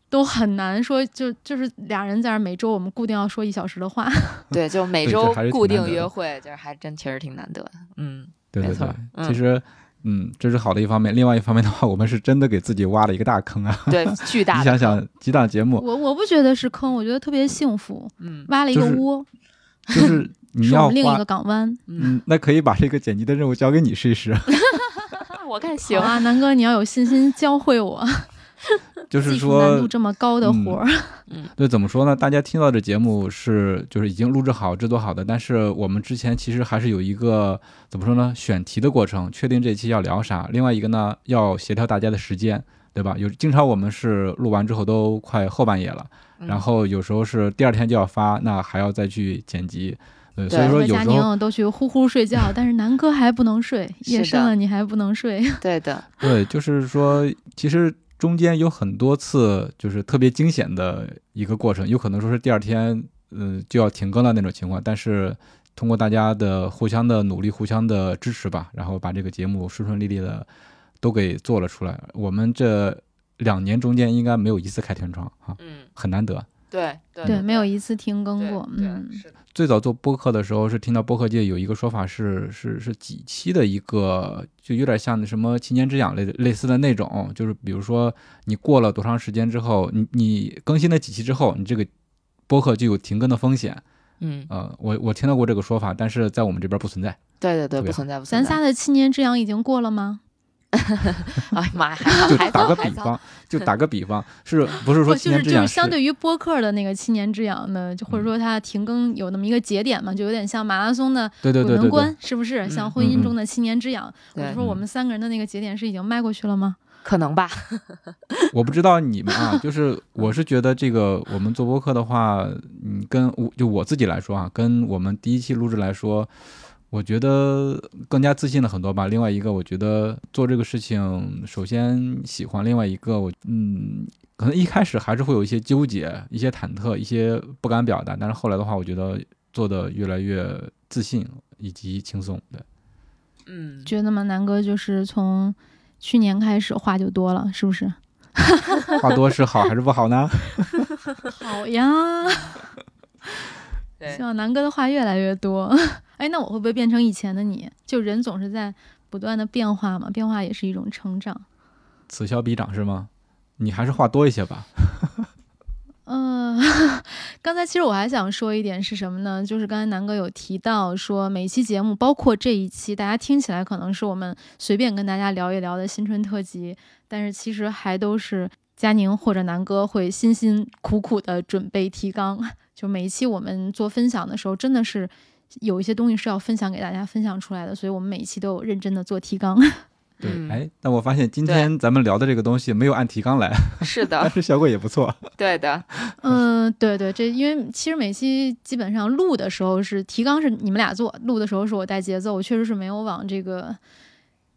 Speaker 1: 都很难说，就就是俩人在那儿每周我们固定要说一小时的话，
Speaker 2: 对，就每
Speaker 3: 对这
Speaker 2: 周
Speaker 3: 还是挺
Speaker 2: 固定
Speaker 3: 难得
Speaker 2: 约
Speaker 3: 的
Speaker 2: 会，就是还真确实挺难得的。嗯，
Speaker 3: 对
Speaker 2: 没
Speaker 3: 对
Speaker 2: 错
Speaker 3: 对
Speaker 2: 儿，嗯
Speaker 3: 其实。嗯，这是好的一方面，另外一方面的话，我们是真的给自己挖了一个大坑啊！
Speaker 2: 对，巨大
Speaker 3: 你
Speaker 2: 的
Speaker 3: 想
Speaker 2: 坑，
Speaker 3: 想，几档节目，
Speaker 1: 我我不觉得是坑，我觉得特别幸福，
Speaker 2: 嗯
Speaker 1: 挖了一个
Speaker 3: 就是
Speaker 1: 窝，
Speaker 3: 就是你
Speaker 1: 是我
Speaker 3: 要
Speaker 1: 们另一
Speaker 3: 花
Speaker 1: 个，港湾。
Speaker 2: 嗯，
Speaker 3: 嗯，那可以把这个剪辑的任务交给你试一试。
Speaker 2: 我看行
Speaker 1: 好。啊，南哥，你要有信心教会我
Speaker 3: 就
Speaker 1: 技
Speaker 3: 是
Speaker 1: 术难度
Speaker 3: 说，
Speaker 1: 这么高的活儿。
Speaker 3: 对，怎么说呢？大家听到的节目是就是已经录制好、制作好的，但是我们之前其实还是有一个怎么说呢？选题的过程，确定这一期要聊啥。另外一个呢，要协调大家的时间，对吧？有经常我们是录完之后都快后半夜了，
Speaker 2: 嗯
Speaker 3: 然后有时候是第二天就要发，那还要再去剪辑。对，所以
Speaker 2: 对
Speaker 3: 说
Speaker 1: 我和
Speaker 3: 有
Speaker 1: 佳
Speaker 3: 时候
Speaker 1: 宁都去呼呼 睡觉，但是南哥还不能睡，
Speaker 2: 是的
Speaker 1: 夜深了你还不能睡。
Speaker 2: 嗯对 的，
Speaker 3: 对，就是说，其实中间有很多次就是特别惊险的一个过程，有可能说是第二天，嗯、就要停更了那种情况。但是通过大家的互相的努力、互相的支持吧，然后把这个节目顺顺利利的都给做了出来。我们这两年中间应该没有一次开天窗啊，
Speaker 2: 嗯，
Speaker 3: 很难得。
Speaker 2: 对对
Speaker 1: 对，没有一次停更过。
Speaker 2: 对
Speaker 1: 嗯，
Speaker 2: 是的
Speaker 3: 最早做播客的时候，是听到播客界有一个说法是是是几期的一个，就有点像那什么七年之痒类的类似的那种，就是比如说你过了多长时间之后，你你更新了几期之后，你这个播客就有停更的风险。
Speaker 2: 嗯，
Speaker 3: 呃，我我听到过这个说法，但是在我们这边不 存在。
Speaker 2: 对对对，
Speaker 3: 对
Speaker 2: 不存在不存
Speaker 1: 咱
Speaker 2: 在。
Speaker 1: 仨的七年之痒已经过了吗？
Speaker 2: 哎呀妈呀，还好
Speaker 3: 就
Speaker 2: 还
Speaker 3: 打
Speaker 2: 早
Speaker 3: 个
Speaker 2: 还
Speaker 3: 比
Speaker 2: 早
Speaker 3: 方，就打个比方，是不是嗯说
Speaker 1: 不就
Speaker 3: 七
Speaker 1: 是
Speaker 3: 年之
Speaker 1: 哦就
Speaker 3: 痒
Speaker 1: 是相对于播客的那个七年之痒的，就或者说它停更有那么一个节点嘛，就有点像马拉松的
Speaker 3: 对对
Speaker 1: 鬼
Speaker 3: 对对
Speaker 1: 门
Speaker 3: 对
Speaker 1: 关，是不是？
Speaker 2: 嗯
Speaker 1: 像婚姻中的七年之痒，我就
Speaker 2: 对
Speaker 1: 说
Speaker 3: 嗯
Speaker 1: 我们三个人的那个节点是已经迈过去了吗？
Speaker 2: 可能吧，
Speaker 3: 我不知道你们啊，就是我是觉得这个我们做播客的话，嗯，跟我就我自己来说啊，跟我们第一期录制来说，我觉得更加自信了很多吧。另外一个，我觉得做这个事情，首先喜欢，另外一个我嗯，可能一开始还是会有一些纠结、一些忐忑、一些不敢表达，但是后来的话，我觉得做的越来越自信以及轻松。对，
Speaker 2: 嗯，
Speaker 1: 觉得吗？南哥就是从去年开始话就多了，是不是？
Speaker 3: 话多是好还是不好呢？
Speaker 1: 好呀，
Speaker 2: 对
Speaker 1: 希，望南哥的话越来越多。 哎，那我会不会变成以前的你？就人总是在不断的变化嘛，变化也是一种成长。
Speaker 3: 此消彼长是吗？你还是话多一些吧。
Speaker 1: 嗯， 刚才其实我还想说一点是什么呢？就是刚才南哥有提到说，每一期节目，包括这一期，大家听起来可能是我们随便跟大家聊一聊的新春特辑，但是其实还都是佳宁或者南哥会辛辛苦苦的准备提纲。就每一期我们做分享的时候，真的是有一些东西是要分享给大家分享出来的，所以我们每一期都有认真的做提纲。
Speaker 3: 对，
Speaker 2: 嗯
Speaker 3: 哎，但我发现今天咱们聊的这个东西没有按提纲来，
Speaker 2: 是
Speaker 3: 但
Speaker 2: 的，
Speaker 3: 是效果也不错。
Speaker 2: 对的，
Speaker 1: 嗯，对对，这因为其实每期基本上录的时候是提纲是你们俩做，录的时候是我带节奏，我确实是没有往这个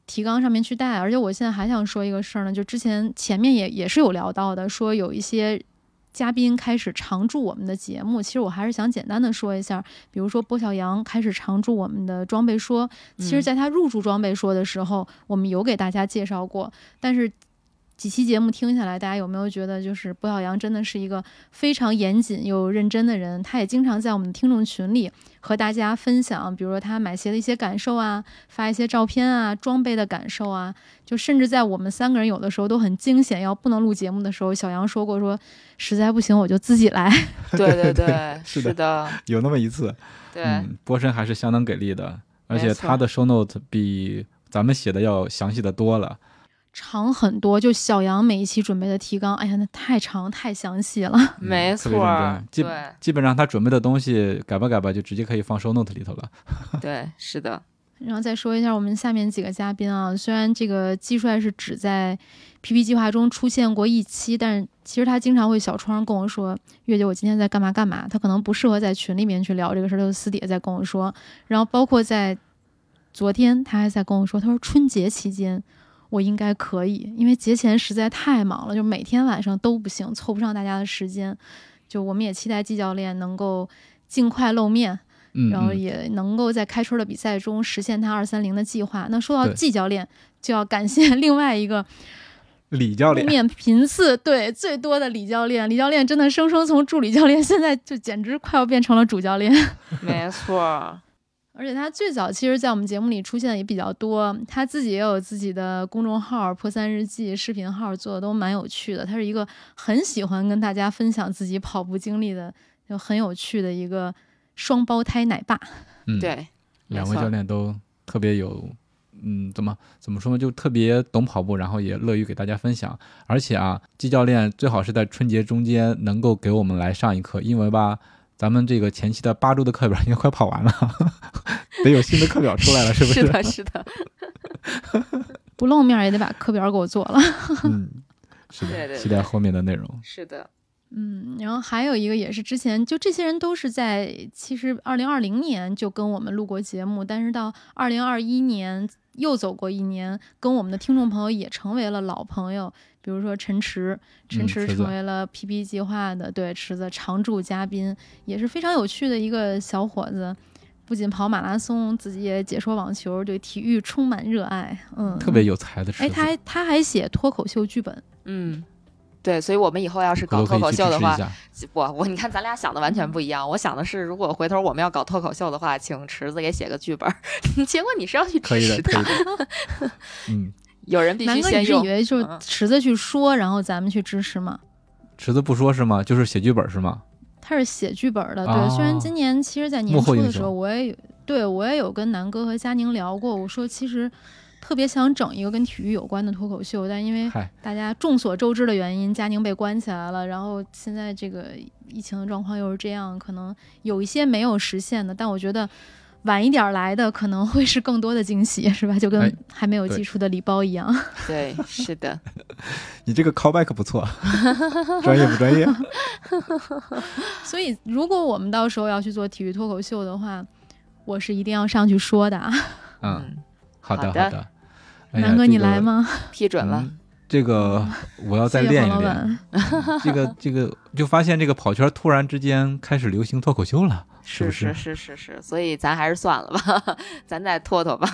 Speaker 1: 提纲上面去带。而且我现在还想说一个事儿呢，就之前前面也也是有聊到的，说有一些嘉宾开始常驻我们的节目，其实我还是想简单的说一下，比如说波小杨开始常驻我们的装备说，其实
Speaker 2: 嗯
Speaker 1: 在他入驻装备说的时候，我们有给大家介绍过，但是。几期节目听下来，大家有没有觉得，就是波小杨真的是一个非常严谨又认真的人？他也经常在我们的听众群里和大家分享，比如说他买鞋的一些感受啊，发一些照片啊，装备的感受啊，就甚至在我们三个人有的时候都很惊险，要不能录节目的时候，小杨说过说，实在不行我就自己来。
Speaker 2: 对对
Speaker 3: 对
Speaker 2: 对，
Speaker 3: 是的
Speaker 2: 是的，
Speaker 3: 有那么一次，
Speaker 2: 对，
Speaker 3: 嗯，波神还是相当给力的，而且
Speaker 2: 没错
Speaker 3: 他的 show note 比咱们写的要详细的多了。
Speaker 1: 长很多，就小杨每一期准备的提纲，哎呀，那太长太详细了。
Speaker 3: 嗯
Speaker 2: 没
Speaker 3: 特别
Speaker 2: 错
Speaker 3: 认
Speaker 2: 儿
Speaker 3: 真，基
Speaker 2: 对
Speaker 3: 基本上他准备的东西改吧改吧，就直接可以放 show note 里头了。
Speaker 2: 对，是的，
Speaker 1: 然后再说一下我们下面几个嘉宾啊，虽然这个季帅是只在 PP 计划中出现过一期，但是其实他经常会小窗跟我说：“月姐，我今天在干嘛干嘛。”他可能不适合在群里面去聊这个事儿，他就私底下在跟我说。然后包括在昨天，他还在跟我说，他说春节期间我应该可以，因为节前实在太忙了，就每天晚上都不行，凑不上大家的时间。就我们也期待季教练能够尽快露面，
Speaker 3: 嗯，
Speaker 1: 然后
Speaker 3: 嗯
Speaker 1: 也能够在开春的比赛中实现他二三零的计划。那说到
Speaker 3: 对
Speaker 1: 季教练，就要感谢 另外一个
Speaker 3: 李教
Speaker 1: 露
Speaker 3: 练，
Speaker 1: 面频次对最多的李教练。李教练真的生生从助理教练，现在就简直快要变成了主教练。
Speaker 2: 没错儿，
Speaker 1: 而且他最早其实，在我们节目里出现的也比较多，他自己也有自己的公众号“破三日记”视频号，做的都蛮有趣的。他是一个很喜欢跟大家分享自己跑步经历的，就很有趣的一个双胞胎奶爸。
Speaker 3: 嗯，，
Speaker 2: 对，没
Speaker 3: 两位
Speaker 2: 错
Speaker 3: 教练都特别有，嗯，怎么怎么说呢，就特别懂跑步，然后也乐于给大家分享。而且啊，季教练最好是在春节中间能够给我们来上一课，因为吧，咱们这个前期的八周的课表已经快跑完了， 得有新的课表出 来了，是不
Speaker 2: 是的，是的，
Speaker 1: 不露面也得把课表给我做了。
Speaker 3: 嗯，是的，
Speaker 2: 对对对
Speaker 3: 期待后面的内容。
Speaker 2: 是的，
Speaker 1: 嗯，然后还有一个也是之前就这些人都是在其实二零二零年就跟我们录过节目，但是到二零二一年又走过一年，跟我们的听众朋友也成为了老朋友。比如说陈池，陈
Speaker 3: 嗯
Speaker 1: 池
Speaker 3: 池子
Speaker 1: 成为了 PP 计划的、对池子常驻嘉宾，也是非常有趣的一个小伙子。不仅跑马拉松，自己也解说网球，对体育充满热爱。嗯，
Speaker 3: 特别有才的池
Speaker 1: 哎，
Speaker 3: 子
Speaker 1: 他，还他还写脱口秀剧本，
Speaker 2: 嗯。对，所以我们以后要是
Speaker 3: 回头
Speaker 2: 搞脱
Speaker 3: 可以
Speaker 2: 口
Speaker 3: 去支
Speaker 2: 秀
Speaker 3: 持
Speaker 2: 的
Speaker 3: 一
Speaker 2: 话，
Speaker 3: 下。
Speaker 2: 我我你看咱俩想的完全不一样。我想的是，如果回头我们要搞脱口秀的话，请池子给写个剧本儿。 结果你是要去
Speaker 3: 可
Speaker 2: 支
Speaker 3: 以
Speaker 2: 持
Speaker 3: 的，可
Speaker 2: 他
Speaker 3: 以，的。嗯，
Speaker 2: 有人必
Speaker 1: 南
Speaker 2: 须
Speaker 1: 哥，你
Speaker 2: 先
Speaker 1: 是
Speaker 2: 用
Speaker 1: 以。为就是
Speaker 2: 嗯
Speaker 1: 池子去说，然后咱们去支持吗？
Speaker 3: 池子不说是吗？就是写剧本是吗？
Speaker 1: 他是写剧本的。
Speaker 3: 啊
Speaker 1: 对，虽然今年其实，在年
Speaker 3: 幕后
Speaker 1: 初
Speaker 3: 英
Speaker 1: 的
Speaker 3: 雄
Speaker 1: 时候，我也有对我也有跟南哥和佳宁聊过，我说其实特别想整一个跟体育有关的脱口秀，但因
Speaker 2: 哎
Speaker 1: 为
Speaker 3: 嗨，
Speaker 1: 大家众所周知的原因，佳宁被关起来了，然后现在这个疫情的状况又是这样，可能有一些没有实现的，但我觉得晚一点儿来的可能会是更多的惊喜，是吧？就
Speaker 3: 哎
Speaker 1: 跟还没有
Speaker 3: 对
Speaker 1: 寄出的礼包一样。
Speaker 2: 对，是的，
Speaker 3: 你这个 callback 不错， 专业不专业？
Speaker 1: 所以，如果我们到时候要去做体育脱口秀的话，我是一定要上去说的啊。
Speaker 3: 嗯，
Speaker 2: 嗯，
Speaker 3: 好的
Speaker 2: 好的
Speaker 3: 好的。哎呀
Speaker 1: 南哥，你来？
Speaker 3: 这个
Speaker 1: 吗？
Speaker 2: 批准了，
Speaker 3: 嗯这 个我要再
Speaker 1: 谢谢
Speaker 3: 练
Speaker 1: 黄
Speaker 3: 一
Speaker 1: 老
Speaker 3: 练。
Speaker 1: 板。
Speaker 3: 嗯这个这个就发现这个跑圈突然之间开始流行脱口秀了，不
Speaker 2: 是
Speaker 3: 是？
Speaker 2: 是是是，所以咱还是算了吧， 咱再拖拖吧。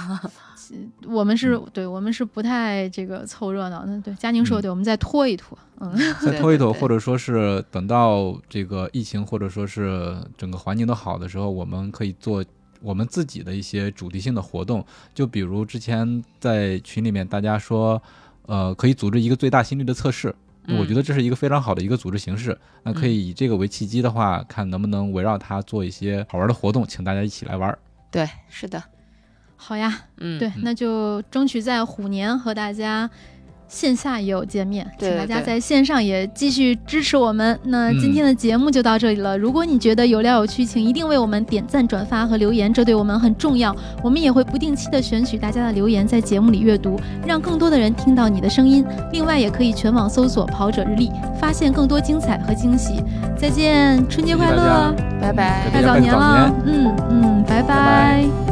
Speaker 1: 我们是对，我们是不太这个凑热闹的。对，佳宁说
Speaker 3: 嗯
Speaker 1: 的对，我们再拖一拖。嗯，
Speaker 3: 再拖一拖，
Speaker 2: 对对对
Speaker 3: 或者说是等到这个疫情或者说是整个环境都好的时候，我们可以做我们自己的一些主题性的活动，就比如之前在群里面大家说，呃，可以组织一个最大心率的测试。
Speaker 2: 嗯
Speaker 3: 我觉得这是一个非常好的一个组织形式，那可以以这个为契机的话，看能不能围绕它做一些好玩的活动，请大家一起来玩儿。
Speaker 2: 对，是的，
Speaker 1: 好呀，
Speaker 2: 嗯，
Speaker 1: 对，那就争取在虎年和大家。线下也有见面，
Speaker 2: 对
Speaker 1: 请大家
Speaker 2: 对
Speaker 1: 在线上也继续支持我们。那
Speaker 3: 嗯
Speaker 1: 今天的节目就到这里了。如果你觉得有料有趣，请一定为我们点赞、转发和留言，这对我们很重要。我们也会不定期的选取大家的留言，在节目里阅读，让更多的人听到你的声音。另外，也可以全网搜索“跑者日历”，发现更多精彩和惊喜。再见，春节快
Speaker 3: 谢谢大家
Speaker 1: 乐，
Speaker 2: 拜拜
Speaker 3: 嗯
Speaker 1: 拜
Speaker 3: 大家
Speaker 1: 早
Speaker 3: 拜
Speaker 1: 年
Speaker 3: 早
Speaker 1: 了
Speaker 3: 年。
Speaker 1: 嗯嗯，
Speaker 3: 拜
Speaker 1: 拜拜